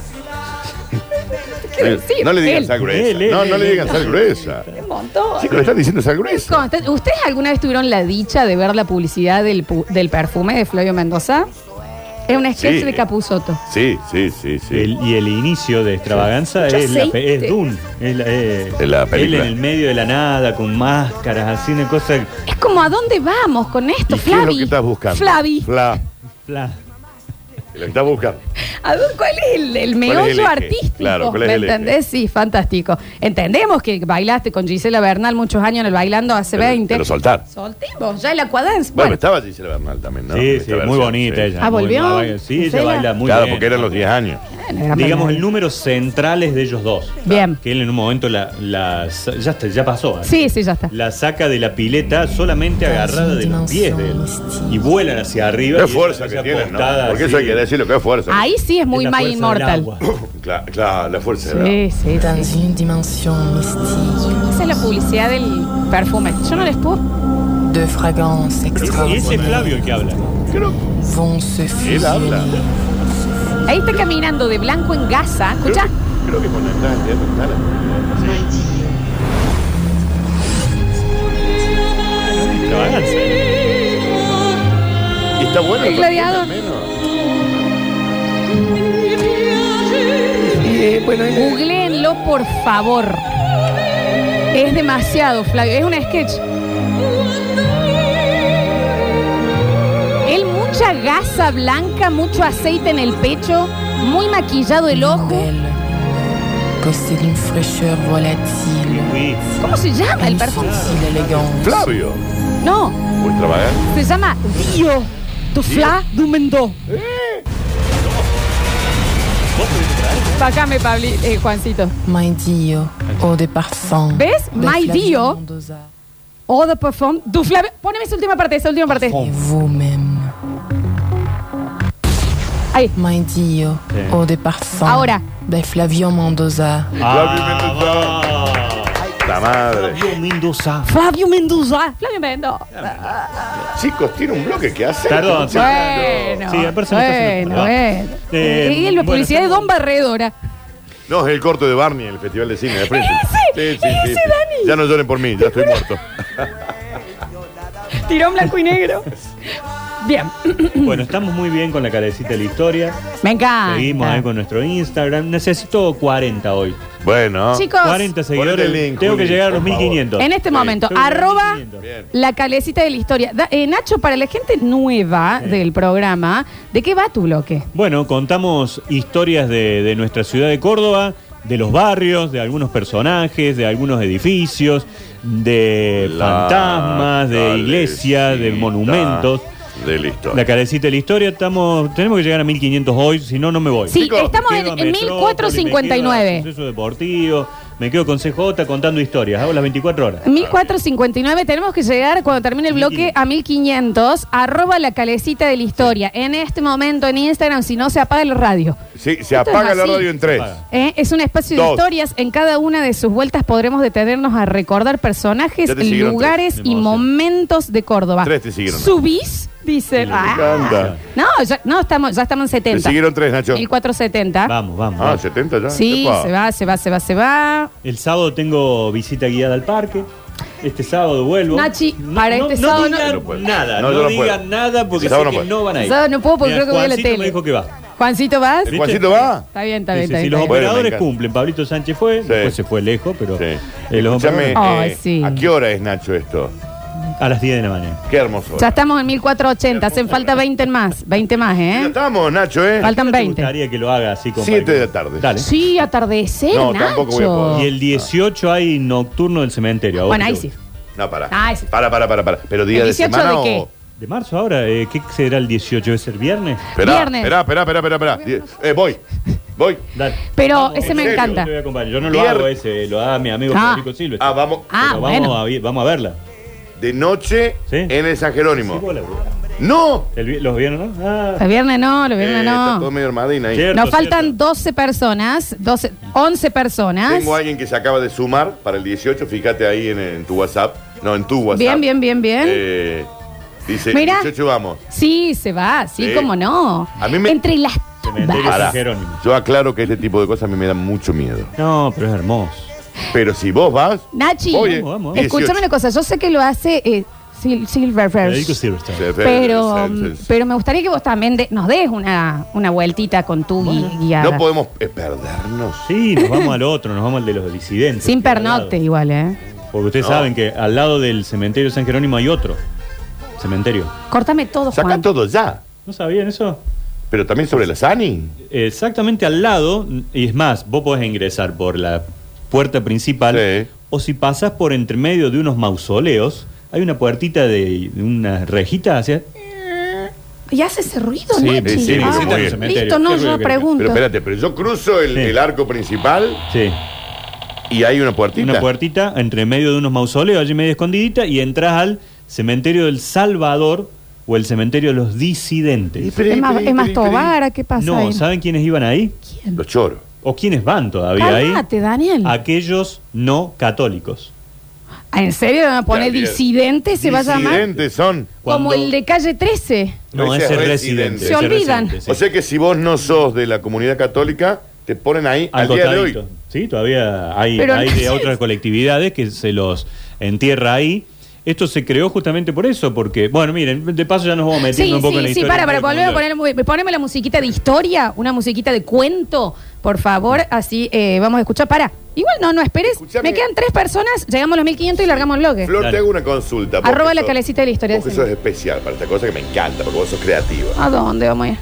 [SPEAKER 2] Eh,
[SPEAKER 1] quiero decir,
[SPEAKER 2] no le digan
[SPEAKER 1] él.
[SPEAKER 2] sal gruesa.
[SPEAKER 3] Él, él,
[SPEAKER 2] no, no
[SPEAKER 3] él,
[SPEAKER 2] le
[SPEAKER 3] él.
[SPEAKER 2] digan sal gruesa.
[SPEAKER 1] Un montón.
[SPEAKER 2] Chicos, le están diciendo sal gruesa.
[SPEAKER 1] Constante- ¿Ustedes alguna vez tuvieron la dicha de ver la publicidad del, pu- del perfume de Flavio Mendoza? Es una especie
[SPEAKER 2] Sí.
[SPEAKER 1] de capuzoto.
[SPEAKER 2] Sí, sí, sí, sí.
[SPEAKER 3] El- y el inicio de extravaganza
[SPEAKER 1] Mucho
[SPEAKER 3] es, la pe- es
[SPEAKER 1] aceite.
[SPEAKER 3] Dune. Es la- es-
[SPEAKER 2] Es la película.
[SPEAKER 3] Él en el medio de la nada, con máscaras, así una cosa.
[SPEAKER 1] Es como, ¿a dónde vamos con esto,
[SPEAKER 2] ¿Y qué es
[SPEAKER 1] Flavi?
[SPEAKER 2] lo que estás buscando?
[SPEAKER 1] Flavi.
[SPEAKER 2] Fla.
[SPEAKER 3] Fla-
[SPEAKER 2] Lo que estás buscando.
[SPEAKER 1] A ver, ¿Cuál es el, el meollo
[SPEAKER 2] el eje?
[SPEAKER 1] artístico?
[SPEAKER 2] Claro, ¿cuál es
[SPEAKER 1] ¿Me
[SPEAKER 2] el eje?
[SPEAKER 1] entendés? Sí, fantástico. Entendemos que bailaste con Gisela Bernal muchos años en el bailando hace
[SPEAKER 2] Pero-
[SPEAKER 1] 20.
[SPEAKER 2] pero soltar.
[SPEAKER 1] Soltemos, ya el aquadance.
[SPEAKER 2] Bueno,
[SPEAKER 1] Bueno,
[SPEAKER 2] estaba Gisela Bernal también, ¿no?
[SPEAKER 3] sí,
[SPEAKER 2] En
[SPEAKER 3] sí,
[SPEAKER 2] esta
[SPEAKER 3] muy
[SPEAKER 2] versión,
[SPEAKER 3] bonita
[SPEAKER 2] sí.
[SPEAKER 3] ella.
[SPEAKER 1] Ah,
[SPEAKER 3] muy-
[SPEAKER 1] ¿volvió?
[SPEAKER 3] muy- sí,
[SPEAKER 1] ¿En
[SPEAKER 3] ella
[SPEAKER 1] serio?
[SPEAKER 3] baila muy
[SPEAKER 2] Claro,
[SPEAKER 3] bien.
[SPEAKER 2] porque eran los 10 años.
[SPEAKER 1] bueno, gran
[SPEAKER 3] Digamos,
[SPEAKER 1] bailarina.
[SPEAKER 3] el número centrales de ellos dos.
[SPEAKER 1] Bien.
[SPEAKER 3] Que él en un momento la, la sa- ya, está- ya pasó. ¿eh?
[SPEAKER 1] Sí, sí, ya está.
[SPEAKER 3] La saca de la pileta solamente agarrada de los pies de él. Y vuelan hacia arriba.
[SPEAKER 2] Qué
[SPEAKER 3] y
[SPEAKER 2] fuerza
[SPEAKER 3] ella
[SPEAKER 2] que
[SPEAKER 3] se
[SPEAKER 2] tienen, ¿no?
[SPEAKER 3] acostada
[SPEAKER 2] Porque
[SPEAKER 3] así.
[SPEAKER 2] eso hay que decirlo, qué fuerza. (coughs)
[SPEAKER 1] Ahí sí es muy
[SPEAKER 3] Es la
[SPEAKER 1] My
[SPEAKER 3] fuerza del
[SPEAKER 1] Immortal.
[SPEAKER 3] agua.
[SPEAKER 2] Claro, claro, la fuerza. ¿verdad?
[SPEAKER 1] Sí, sí,
[SPEAKER 5] Dans
[SPEAKER 1] sí.
[SPEAKER 5] une dimension mystique
[SPEAKER 1] Esa es la publicidad del perfume. Yo no les puedo.
[SPEAKER 5] de fragrances
[SPEAKER 3] Y ese es
[SPEAKER 5] extraordinaires
[SPEAKER 3] Flavio el que habla.
[SPEAKER 2] Creo
[SPEAKER 5] vont se
[SPEAKER 2] que él habla.
[SPEAKER 5] fusionner.
[SPEAKER 1] Ahí está caminando de blanco en gasa.
[SPEAKER 2] Creo,
[SPEAKER 1] Escucha.
[SPEAKER 2] creo que con la entrada de ventana.
[SPEAKER 3] Extravaganza.
[SPEAKER 2] Y está bueno.
[SPEAKER 1] El gladiador.
[SPEAKER 2] también, al menos.
[SPEAKER 1] Googleenlo, por favor. Es demasiado, Flavio. Es un sketch. Él mucha gasa blanca, mucho aceite en el pecho, muy maquillado el ojo.
[SPEAKER 5] Belle possède une fraîcheur volatile,
[SPEAKER 3] Sí.
[SPEAKER 1] ¿Cómo se llama el
[SPEAKER 5] une
[SPEAKER 1] perfume?
[SPEAKER 5] subtile élégance.
[SPEAKER 2] Flavio.
[SPEAKER 1] No,
[SPEAKER 2] Muy extravagante.
[SPEAKER 1] se llama Dio de Fla du Mendo. Pácame, Pabli, eh, Juancito.
[SPEAKER 5] My Dio, eau de parfum.
[SPEAKER 1] ¿Ves?
[SPEAKER 5] de
[SPEAKER 1] My
[SPEAKER 5] Flavio
[SPEAKER 1] Dio.
[SPEAKER 5] Mendoza.
[SPEAKER 1] O de Perfume du Flavio. Poneme esa última parte, esa última parte.
[SPEAKER 5] Et vous-même.
[SPEAKER 1] Ahí.
[SPEAKER 5] My Dio,
[SPEAKER 3] Sí.
[SPEAKER 5] eau de parfum.
[SPEAKER 1] Ahora.
[SPEAKER 5] De Flavio Mendoza.
[SPEAKER 3] Ah,
[SPEAKER 2] La madre.
[SPEAKER 3] Flavio Mendoza.
[SPEAKER 1] Flavio Mendoza. Flavio Mendoza.
[SPEAKER 2] Chicos, tiene un bloque que hacer.
[SPEAKER 3] Perdón, sí.
[SPEAKER 1] Bueno.
[SPEAKER 3] Sí, el personaje está haciendo-
[SPEAKER 1] bueno, bueno.
[SPEAKER 3] Eh,
[SPEAKER 1] y la
[SPEAKER 3] bueno,
[SPEAKER 1] publicidad de Don Barredora.
[SPEAKER 2] No, es el corto de Barney en el Festival de Cine de frente.
[SPEAKER 1] Ese, ese, Dani.
[SPEAKER 2] Ya no lloren por mí, ya estoy
[SPEAKER 1] (laughs)
[SPEAKER 2] muerto.
[SPEAKER 1] Tirón blanco y negro. Bien.
[SPEAKER 3] Bueno, estamos muy bien con la carecita de la historia.
[SPEAKER 1] Me encanta.
[SPEAKER 3] Seguimos ahí con nuestro Instagram. Necesito 40 hoy.
[SPEAKER 2] Bueno.
[SPEAKER 1] Chicos,
[SPEAKER 3] 40
[SPEAKER 2] Ponete
[SPEAKER 3] seguidores.
[SPEAKER 2] el link,
[SPEAKER 3] Tengo que
[SPEAKER 2] Juli,
[SPEAKER 3] llegar a
[SPEAKER 2] por
[SPEAKER 3] los
[SPEAKER 2] favor.
[SPEAKER 3] 1500.
[SPEAKER 1] en este
[SPEAKER 2] Sí,
[SPEAKER 1] momento,
[SPEAKER 3] tengo
[SPEAKER 1] arroba
[SPEAKER 3] 1500.
[SPEAKER 2] Bien.
[SPEAKER 1] la calecita de la historia. Da- eh, Nacho, para la gente nueva del programa, ¿de qué va tu bloque?
[SPEAKER 3] Bueno, contamos historias de, de nuestra ciudad de Córdoba, de los barrios, de algunos personajes, de algunos edificios, de
[SPEAKER 2] La
[SPEAKER 3] fantasmas, de
[SPEAKER 2] calecita
[SPEAKER 3] iglesias, de monumentos.
[SPEAKER 2] De la historia.
[SPEAKER 3] La carecita de la historia, estamos, tenemos que llegar a 15500 hoy, si no, no me voy.
[SPEAKER 1] Sí,
[SPEAKER 2] Chicos,
[SPEAKER 1] estamos
[SPEAKER 3] Me
[SPEAKER 1] en,
[SPEAKER 3] quedo a
[SPEAKER 1] en
[SPEAKER 3] Metrópoli, me quedo a
[SPEAKER 1] 1459.
[SPEAKER 3] Suceso deportivo, me quedo con CJ contando historias, hago las 24 horas.
[SPEAKER 1] 1459, tenemos que llegar cuando termine el bloque a 1500, arroba la calecita de la historia. En este momento en Instagram, si no se apaga la radio.
[SPEAKER 2] Sí, se
[SPEAKER 1] Esto es
[SPEAKER 2] apaga la
[SPEAKER 1] así.
[SPEAKER 2] radio en tres.
[SPEAKER 3] Apaga.
[SPEAKER 1] ¿Eh? Es un espacio de
[SPEAKER 2] Dos.
[SPEAKER 1] historias. En cada una de sus vueltas podremos detenernos a recordar personajes,
[SPEAKER 2] Ya te siguieron
[SPEAKER 1] lugares
[SPEAKER 3] tres.
[SPEAKER 1] y
[SPEAKER 3] Me emociono.
[SPEAKER 1] momentos de Córdoba.
[SPEAKER 2] Tres te siguieron.
[SPEAKER 1] ¿Subís? Dice.
[SPEAKER 3] Me
[SPEAKER 1] Ah.
[SPEAKER 2] encanta.
[SPEAKER 1] No, ya, no estamos, ya estamos en
[SPEAKER 2] Te
[SPEAKER 1] 70.
[SPEAKER 2] siguieron tres, Nacho.
[SPEAKER 1] 1470.
[SPEAKER 3] Vamos, vamos.
[SPEAKER 2] Ah,
[SPEAKER 3] vamos.
[SPEAKER 2] 70 ya.
[SPEAKER 1] Sí,
[SPEAKER 2] Epa.
[SPEAKER 1] se va, se va, se va, se va.
[SPEAKER 3] El sábado tengo visita guiada al parque. Este sábado vuelvo.
[SPEAKER 1] Nachi, para este sábado
[SPEAKER 3] digan
[SPEAKER 1] no-
[SPEAKER 2] No puedo.
[SPEAKER 3] nada,
[SPEAKER 2] No,
[SPEAKER 3] no,
[SPEAKER 2] yo no
[SPEAKER 3] digan
[SPEAKER 2] puedo.
[SPEAKER 3] nada porque
[SPEAKER 2] Este sábado
[SPEAKER 3] sé
[SPEAKER 2] no
[SPEAKER 3] que
[SPEAKER 2] puedo.
[SPEAKER 3] no van a ir.
[SPEAKER 1] Este sábado no puedo porque
[SPEAKER 3] Mira,
[SPEAKER 1] creo que voy a la
[SPEAKER 3] Juancito
[SPEAKER 1] tele.
[SPEAKER 3] me dijo que va.
[SPEAKER 1] Juancito, ¿vas?
[SPEAKER 2] ¿El
[SPEAKER 3] ¿Viste?
[SPEAKER 2] Juancito va?
[SPEAKER 1] Está bien, está
[SPEAKER 3] Sí,
[SPEAKER 1] bien, está
[SPEAKER 3] sí,
[SPEAKER 1] bien.
[SPEAKER 3] sí, los
[SPEAKER 1] está bien.
[SPEAKER 2] Bueno, me
[SPEAKER 3] operadores
[SPEAKER 2] encanta.
[SPEAKER 3] cumplen. Pablito Sánchez fue,
[SPEAKER 2] Sí.
[SPEAKER 3] después se fue lejos, pero
[SPEAKER 2] Sí.
[SPEAKER 3] eh, los
[SPEAKER 2] Escúchame,
[SPEAKER 3] operadores-
[SPEAKER 1] Ay,
[SPEAKER 2] eh,
[SPEAKER 1] sí.
[SPEAKER 2] ¿a qué hora es Nacho esto?
[SPEAKER 3] a las 10 de la mañana.
[SPEAKER 2] Qué hermoso.
[SPEAKER 1] Ya estamos en 1480, hacen falta 20 en más, 20 más,
[SPEAKER 2] Ya
[SPEAKER 1] ¿eh?
[SPEAKER 2] estamos, Nacho, ¿eh?
[SPEAKER 1] Falta- Faltan
[SPEAKER 3] ¿Qué te
[SPEAKER 1] 20.
[SPEAKER 3] gustaría que lo haga así como.
[SPEAKER 2] Siete de la tarde.
[SPEAKER 3] Dale.
[SPEAKER 1] Sí, atardecer,
[SPEAKER 2] No,
[SPEAKER 1] Nacho.
[SPEAKER 2] tampoco voy a poder.
[SPEAKER 3] Y el 18 hay nocturno del cementerio. ahora
[SPEAKER 1] Bueno, ahí
[SPEAKER 3] te
[SPEAKER 1] sí.
[SPEAKER 3] voy.
[SPEAKER 2] No, para.
[SPEAKER 1] Ah, ese-
[SPEAKER 2] Para, para, para, para. Pero día
[SPEAKER 1] ¿El
[SPEAKER 2] de
[SPEAKER 1] 18
[SPEAKER 2] semana
[SPEAKER 1] de qué?
[SPEAKER 2] o.
[SPEAKER 3] ¿De marzo ahora? eh, ¿Qué será el 18? ¿Debe ser viernes?
[SPEAKER 2] Esperá,
[SPEAKER 1] Viernes.
[SPEAKER 2] esperá, esperá, esperá, esperá, esperá. Die- Eh, voy. Voy.
[SPEAKER 3] Dale.
[SPEAKER 1] Pero ese
[SPEAKER 3] en
[SPEAKER 1] me
[SPEAKER 3] serio,
[SPEAKER 1] encanta.
[SPEAKER 3] yo te voy a acompañar. Yo no lo
[SPEAKER 2] Vier-
[SPEAKER 3] hago ese, eh, lo haga mi amigo
[SPEAKER 1] Ah.
[SPEAKER 3] Federico Silvestre.
[SPEAKER 2] Ah, vamos.
[SPEAKER 1] Ah,
[SPEAKER 3] Pero
[SPEAKER 1] bueno.
[SPEAKER 3] vamos, a, vi- vamos a verla.
[SPEAKER 2] De noche
[SPEAKER 3] Sí.
[SPEAKER 2] en el San
[SPEAKER 3] Sí,
[SPEAKER 2] Jerónimo.
[SPEAKER 3] vos la-
[SPEAKER 2] ¡No!
[SPEAKER 3] el vi- ¿Los vieron, no? Ah.
[SPEAKER 1] El viernes no, los
[SPEAKER 2] Eh,
[SPEAKER 1] viernes
[SPEAKER 2] Está todo
[SPEAKER 1] no.
[SPEAKER 2] medio armadina ahí.
[SPEAKER 3] Cierto.
[SPEAKER 1] Nos faltan 12 personas, 12, 11 personas.
[SPEAKER 2] Tengo a alguien que se acaba de sumar para el 18. Fíjate ahí en, en tu WhatsApp. No, en tu WhatsApp.
[SPEAKER 1] Bien, bien, bien, bien.
[SPEAKER 2] Eh, dice,
[SPEAKER 1] Mirá.
[SPEAKER 2] 18 vamos.
[SPEAKER 1] Sí, se va, sí,
[SPEAKER 2] Sí.
[SPEAKER 1] cómo no.
[SPEAKER 2] eh, A mí me-
[SPEAKER 1] Entre las
[SPEAKER 3] Cementerio
[SPEAKER 1] tumbas.
[SPEAKER 3] San
[SPEAKER 2] Pará.
[SPEAKER 3] Jerónimo.
[SPEAKER 2] Yo aclaro que este tipo de cosas a mí me dan mucho miedo.
[SPEAKER 3] No, pero es hermoso.
[SPEAKER 2] Pero si vos vas...
[SPEAKER 1] Nachi,
[SPEAKER 2] Oye,
[SPEAKER 3] Vamos, vamos.
[SPEAKER 1] escúchame
[SPEAKER 2] 18.
[SPEAKER 1] una cosa, yo sé que lo hace eh, Sil- Silver
[SPEAKER 3] Federico
[SPEAKER 1] First.
[SPEAKER 3] Silvestre.
[SPEAKER 1] Pero,
[SPEAKER 2] Sí, sí, sí.
[SPEAKER 1] pero me gustaría que vos también de- nos des una, una vueltita con tu gui- guiada.
[SPEAKER 2] No podemos eh, perdernos.
[SPEAKER 3] Sí, nos vamos al otro, nos vamos al de los disidentes.
[SPEAKER 1] Sin
[SPEAKER 3] que al lado.
[SPEAKER 1] pernote igual, ¿eh?
[SPEAKER 3] Porque ustedes
[SPEAKER 2] No.
[SPEAKER 3] saben que al lado del cementerio San Jerónimo hay otro cementerio.
[SPEAKER 1] Cortame todo,
[SPEAKER 2] Saca
[SPEAKER 1] Juan.
[SPEAKER 2] todo ya.
[SPEAKER 3] ¿No sabían eso?
[SPEAKER 2] Pero también sobre la Sani.
[SPEAKER 3] Exactamente al lado, y es más, vos podés ingresar por la puerta principal,
[SPEAKER 2] Sí.
[SPEAKER 3] o si pasás por entre medio de unos mausoleos, hay una puertita de, de una rejita hacia...
[SPEAKER 1] ¿Y hace ese ruido,
[SPEAKER 3] Sí,
[SPEAKER 1] Nachi?
[SPEAKER 2] sí, sí,
[SPEAKER 1] Ah,
[SPEAKER 2] sí, muy bien.
[SPEAKER 1] Listo, no,
[SPEAKER 3] Qué ruido
[SPEAKER 1] yo
[SPEAKER 3] que-
[SPEAKER 1] pregunto.
[SPEAKER 2] Pero espérate, pero yo cruzo el,
[SPEAKER 3] Sí.
[SPEAKER 2] el arco principal
[SPEAKER 3] Sí,
[SPEAKER 2] y hay una puertita.
[SPEAKER 3] una puertita entre medio de unos mausoleos, allí medio escondidita, y entras al cementerio del Salvador o el cementerio de los
[SPEAKER 2] Y
[SPEAKER 3] disidentes.
[SPEAKER 2] pero-
[SPEAKER 1] es más,
[SPEAKER 2] pero-
[SPEAKER 1] es más
[SPEAKER 2] pero-
[SPEAKER 1] Tobara, ¿qué pasa
[SPEAKER 3] No,
[SPEAKER 1] ahí?
[SPEAKER 3] ¿saben quiénes iban ahí?
[SPEAKER 2] Los choros.
[SPEAKER 3] ¿O quiénes van todavía
[SPEAKER 1] Cálmate,
[SPEAKER 3] ahí? Ah,
[SPEAKER 1] Daniel.
[SPEAKER 3] Aquellos no católicos.
[SPEAKER 1] Ah, ¿En serio van a poner
[SPEAKER 2] Daniel.
[SPEAKER 1] disidente? ¿Se va a llamar?
[SPEAKER 2] Disidentes son.
[SPEAKER 1] Como
[SPEAKER 3] Cuando-
[SPEAKER 1] el de calle 13.
[SPEAKER 3] No,
[SPEAKER 2] Ese
[SPEAKER 3] ese
[SPEAKER 2] es residente.
[SPEAKER 3] es residente.
[SPEAKER 1] Se
[SPEAKER 3] ese es
[SPEAKER 1] olvidan.
[SPEAKER 3] residente, sí.
[SPEAKER 2] O sea que si vos no sos de la comunidad católica, te ponen ahí al,
[SPEAKER 3] Al
[SPEAKER 2] día de
[SPEAKER 3] costadito.
[SPEAKER 2] hoy.
[SPEAKER 3] Sí, todavía hay,
[SPEAKER 1] Pero
[SPEAKER 3] hay
[SPEAKER 1] no
[SPEAKER 3] de
[SPEAKER 1] sé.
[SPEAKER 3] otras colectividades que se los entierra ahí. Esto se creó justamente por eso, porque, bueno, miren, de paso ya nos vamos metiendo
[SPEAKER 1] Sí,
[SPEAKER 3] un poco en la
[SPEAKER 1] sí, sí,
[SPEAKER 3] historia.
[SPEAKER 1] para, para,
[SPEAKER 3] del
[SPEAKER 1] volvemos a
[SPEAKER 3] mundo.
[SPEAKER 1] poner, mu- poneme la musiquita de historia, una musiquita de cuento, por favor, así eh, vamos a escuchar. Para, igual no, no esperes,
[SPEAKER 2] Escuchame.
[SPEAKER 1] me quedan tres personas, llegamos a los 1500 y largamos el logue.
[SPEAKER 2] Flor,
[SPEAKER 3] Dale.
[SPEAKER 2] te hago una consulta. porque
[SPEAKER 1] Arroba la
[SPEAKER 2] sos-
[SPEAKER 1] calecita de la historia.
[SPEAKER 2] Porque
[SPEAKER 1] decime.
[SPEAKER 2] eso es especial para esta cosa que me encanta, porque vos sos creativa.
[SPEAKER 1] ¿A dónde vamos a ir?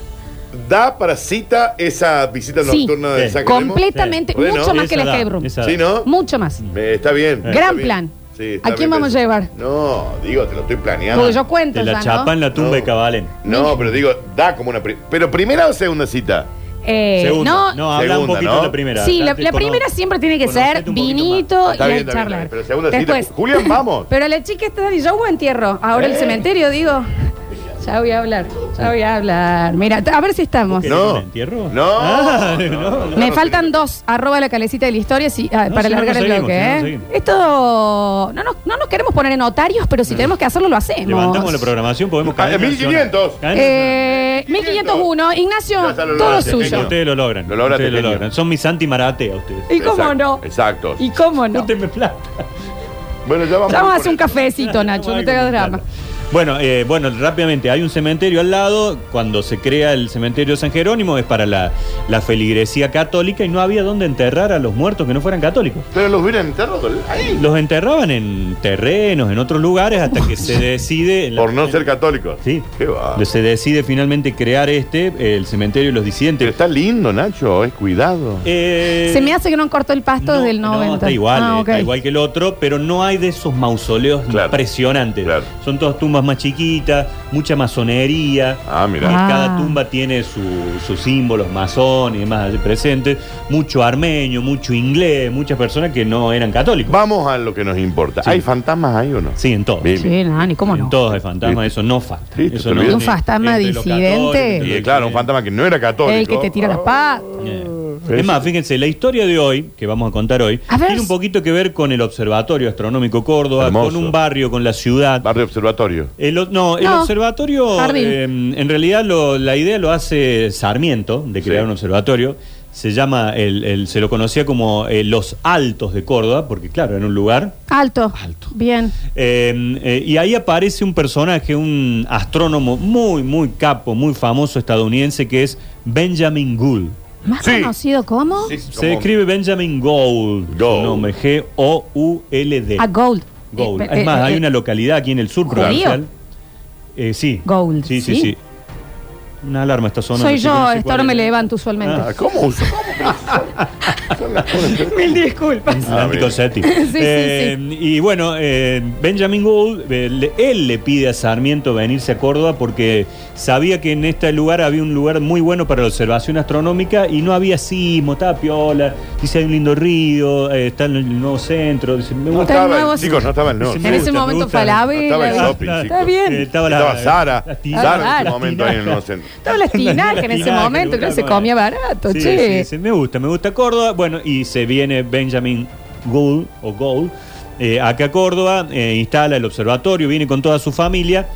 [SPEAKER 2] ¿Da para cita esa visita
[SPEAKER 1] Sí.
[SPEAKER 2] nocturna de
[SPEAKER 3] Sí.
[SPEAKER 2] San Jerónimo?
[SPEAKER 1] Completamente,
[SPEAKER 2] Sí. Bueno,
[SPEAKER 1] mucho más que el
[SPEAKER 3] esa
[SPEAKER 1] escape
[SPEAKER 3] da,
[SPEAKER 1] room.
[SPEAKER 3] esa da.
[SPEAKER 2] Sí, ¿no?
[SPEAKER 1] Mucho más.
[SPEAKER 2] Eh, está bien.
[SPEAKER 1] Gran
[SPEAKER 2] está bien.
[SPEAKER 1] plan.
[SPEAKER 2] está
[SPEAKER 1] ¿A quién
[SPEAKER 2] bien
[SPEAKER 1] vamos a
[SPEAKER 2] pensado.
[SPEAKER 1] llevar?
[SPEAKER 2] No, digo, te lo estoy planeando.
[SPEAKER 1] Porque yo cuento
[SPEAKER 3] De
[SPEAKER 1] ya,
[SPEAKER 3] la
[SPEAKER 1] ¿no?
[SPEAKER 3] chapa en la tumba
[SPEAKER 2] No.
[SPEAKER 3] de Cabalén.
[SPEAKER 2] No, pero digo, da como una. pri- pero primera o segunda cita.
[SPEAKER 1] Eh,
[SPEAKER 3] Segunda.
[SPEAKER 1] no,
[SPEAKER 3] no, habla un
[SPEAKER 2] Segunda,
[SPEAKER 3] poquito
[SPEAKER 2] ¿no?
[SPEAKER 3] de la primera.
[SPEAKER 1] sí, la,
[SPEAKER 3] Date
[SPEAKER 1] la
[SPEAKER 3] cono-
[SPEAKER 1] primera siempre tiene que ser
[SPEAKER 3] conocete este un poquito
[SPEAKER 1] vinito y
[SPEAKER 2] Está bien,
[SPEAKER 1] hay
[SPEAKER 2] está bien, está
[SPEAKER 1] charlar.
[SPEAKER 2] bien, pero segunda cita,
[SPEAKER 1] Después. (laughs)
[SPEAKER 2] Julián, vamos. Eh.
[SPEAKER 1] Pero la chica está de yo o entierro, ahora el cementerio, digo. Ya voy a hablar, ya voy a hablar. Mira, a ver si estamos.
[SPEAKER 3] ¿Querés
[SPEAKER 2] No.
[SPEAKER 3] un entierro?
[SPEAKER 2] No.
[SPEAKER 3] Ah,
[SPEAKER 2] No,
[SPEAKER 3] no.
[SPEAKER 2] no.
[SPEAKER 1] Me
[SPEAKER 2] no
[SPEAKER 1] faltan
[SPEAKER 2] seguimos.
[SPEAKER 1] dos, arroba la calecita de la historia si- ah,
[SPEAKER 3] No,
[SPEAKER 1] para
[SPEAKER 3] si no,
[SPEAKER 1] alargar
[SPEAKER 3] no
[SPEAKER 1] el
[SPEAKER 3] seguimos,
[SPEAKER 1] bloque.
[SPEAKER 3] si no,
[SPEAKER 1] ¿eh?
[SPEAKER 3] no seguimos.
[SPEAKER 1] Esto no nos, no nos queremos poner en notarios, pero si
[SPEAKER 3] Mm.
[SPEAKER 1] tenemos que hacerlo, lo hacemos.
[SPEAKER 3] Levantamos la programación, podemos
[SPEAKER 2] Ah,
[SPEAKER 3] caer.
[SPEAKER 2] 1500.
[SPEAKER 1] Eh, 1501, Ignacio,
[SPEAKER 2] Ya, ya lo
[SPEAKER 1] todo
[SPEAKER 2] lograste,
[SPEAKER 1] suyo.
[SPEAKER 2] genio.
[SPEAKER 3] Ustedes lo logran.
[SPEAKER 2] Lo logra
[SPEAKER 3] ustedes lo
[SPEAKER 2] pequeño.
[SPEAKER 3] logran. Son mis anti-maratea ustedes.
[SPEAKER 1] ¿Y cómo
[SPEAKER 2] Exacto,
[SPEAKER 1] no?
[SPEAKER 2] Exacto.
[SPEAKER 1] ¿Y cómo no?
[SPEAKER 3] Júntenme plata.
[SPEAKER 2] Bueno, ya vamos.
[SPEAKER 1] Ya Vamos a hacer
[SPEAKER 2] por
[SPEAKER 1] un (laughs)
[SPEAKER 2] eso.
[SPEAKER 1] cafecito, Nacho, no te hagas drama.
[SPEAKER 3] Bueno, eh, bueno, rápidamente, hay un cementerio al lado, cuando se crea el cementerio de San Jerónimo, es para la, la feligresía católica y no había dónde enterrar a los muertos que no fueran católicos.
[SPEAKER 2] Pero los hubieran enterrado ahí.
[SPEAKER 3] Los enterraban en terrenos, en otros lugares, hasta que se decide...
[SPEAKER 2] Por no ser católicos.
[SPEAKER 3] Sí,
[SPEAKER 2] Qué va.
[SPEAKER 3] se decide finalmente crear este, el cementerio de los
[SPEAKER 2] Pero
[SPEAKER 3] disidentes.
[SPEAKER 2] está lindo, Nacho. Es cuidado.
[SPEAKER 3] Eh,
[SPEAKER 1] Se me hace que no cortó el pasto
[SPEAKER 3] no,
[SPEAKER 1] del
[SPEAKER 3] no,
[SPEAKER 1] 90.
[SPEAKER 3] está igual,
[SPEAKER 1] Ah,
[SPEAKER 3] eh,
[SPEAKER 1] ok.
[SPEAKER 3] está igual que el otro, pero no hay de esos mausoleos
[SPEAKER 2] Claro,
[SPEAKER 3] impresionantes.
[SPEAKER 2] claro.
[SPEAKER 3] Son todas tumbas más chiquitas, mucha masonería.
[SPEAKER 2] Ah,
[SPEAKER 3] Eh,
[SPEAKER 2] mira.
[SPEAKER 1] Ah.
[SPEAKER 3] Cada tumba tiene su- sus símbolos masones y demás allí presentes. Mucho armenio, mucho inglés, muchas personas que no eran católicos.
[SPEAKER 2] Vamos a lo que nos importa.
[SPEAKER 3] Sí.
[SPEAKER 2] ¿Hay fantasmas ahí o no?
[SPEAKER 3] Sí, en todos.
[SPEAKER 2] Bien.
[SPEAKER 1] Sí, Nani, ¿cómo
[SPEAKER 3] En
[SPEAKER 1] no?
[SPEAKER 3] todos hay fantasmas,
[SPEAKER 2] Listo.
[SPEAKER 3] eso no falta.
[SPEAKER 2] Listo,
[SPEAKER 3] Eso
[SPEAKER 2] te
[SPEAKER 3] no-
[SPEAKER 2] olvidas.
[SPEAKER 1] ¿Un fantasma
[SPEAKER 3] entre los
[SPEAKER 1] disidente?
[SPEAKER 3] católicos, entre
[SPEAKER 2] Y claro,
[SPEAKER 3] los
[SPEAKER 2] un
[SPEAKER 3] creyentes.
[SPEAKER 2] fantasma que no era católico.
[SPEAKER 1] El que te tira las patas.
[SPEAKER 3] Eh, Es más, fíjense, la historia de hoy, que vamos a contar hoy,
[SPEAKER 1] A ver.
[SPEAKER 3] tiene un poquito que ver con el Observatorio Astronómico Córdoba,
[SPEAKER 2] Hermoso.
[SPEAKER 3] con un barrio, con la ciudad.
[SPEAKER 2] Barrio Ah, Observatorio.
[SPEAKER 3] El o- no, el
[SPEAKER 1] No,
[SPEAKER 3] observatorio,
[SPEAKER 1] jardín.
[SPEAKER 3] eh, en realidad lo- la idea lo hace Sarmiento, de crear
[SPEAKER 2] Sí.
[SPEAKER 3] un observatorio. Se llama, el, el- se lo conocía como eh, Los Altos de Córdoba, porque claro, en un lugar
[SPEAKER 1] Alto.
[SPEAKER 3] Alto.
[SPEAKER 1] Bien.
[SPEAKER 3] eh, eh, y ahí aparece un personaje, un astrónomo muy, muy capo, muy famoso estadounidense, que es Benjamin Gould.
[SPEAKER 1] Más
[SPEAKER 2] Sí.
[SPEAKER 1] conocido como
[SPEAKER 2] Sí,
[SPEAKER 3] Se
[SPEAKER 2] como-
[SPEAKER 3] escribe Benjamin Gould,
[SPEAKER 2] Gould.
[SPEAKER 3] su nombre, G-O-U-L-D.
[SPEAKER 1] a Gold.
[SPEAKER 3] Gold.
[SPEAKER 1] Eh, eh,
[SPEAKER 3] es más,
[SPEAKER 1] eh,
[SPEAKER 3] hay
[SPEAKER 1] eh,
[SPEAKER 3] una localidad aquí en el sur
[SPEAKER 1] ¿Judío?
[SPEAKER 3] provincial. Eh, sí.
[SPEAKER 1] Gold,
[SPEAKER 3] Sí, sí,
[SPEAKER 1] ¿sí?
[SPEAKER 3] sí, Una alarma está sonando.
[SPEAKER 1] Soy
[SPEAKER 3] así que no
[SPEAKER 1] yo,
[SPEAKER 3] sé
[SPEAKER 1] a esta
[SPEAKER 3] cuál
[SPEAKER 1] hora
[SPEAKER 3] es.
[SPEAKER 1] me levanto usualmente.
[SPEAKER 2] Ah, ¿Cómo uso? Son las cosas
[SPEAKER 1] (laughs)
[SPEAKER 2] que-
[SPEAKER 1] Mil
[SPEAKER 3] (laughs)
[SPEAKER 1] disculpas.
[SPEAKER 3] Un anticonceptivo.
[SPEAKER 1] (laughs) Sí, sí,
[SPEAKER 3] Eh, Y bueno, eh, Benjamin Gould, eh, le- él le pide a Sarmiento venirse a Córdoba porque sabía que en este lugar había un lugar muy bueno para la observación astronómica y no había sismo, estaba piola, dice hay un lindo río, eh, está el, el nuevo centro, dice, me
[SPEAKER 2] No
[SPEAKER 3] gusta.
[SPEAKER 1] Está el
[SPEAKER 2] estaba,
[SPEAKER 1] nuevo-
[SPEAKER 2] el- chicos, no estaba el no.
[SPEAKER 3] Sí,
[SPEAKER 1] En
[SPEAKER 3] me
[SPEAKER 1] ese
[SPEAKER 3] gusta, me
[SPEAKER 1] momento
[SPEAKER 3] gusta.
[SPEAKER 1] fue la
[SPEAKER 2] No estaba el
[SPEAKER 1] vela.
[SPEAKER 2] shopping,
[SPEAKER 3] Está
[SPEAKER 2] chicos.
[SPEAKER 1] bien.
[SPEAKER 3] Eh,
[SPEAKER 2] Estaba,
[SPEAKER 3] la-
[SPEAKER 2] Sara.
[SPEAKER 3] la tinaja.
[SPEAKER 2] Sara en ese
[SPEAKER 1] Sara,
[SPEAKER 2] momento ahí en el nuevo centro.
[SPEAKER 1] Todas las tinajas en ese
[SPEAKER 3] Tinaja,
[SPEAKER 1] momento, creo que se
[SPEAKER 3] bueno.
[SPEAKER 1] comía barato,
[SPEAKER 3] Sí,
[SPEAKER 1] che.
[SPEAKER 3] sí, sí, me gusta, me gusta Córdoba. Bueno, y se viene Benjamin Gould, o Gould, eh, acá a Córdoba, eh, instala el observatorio, viene con toda su familia.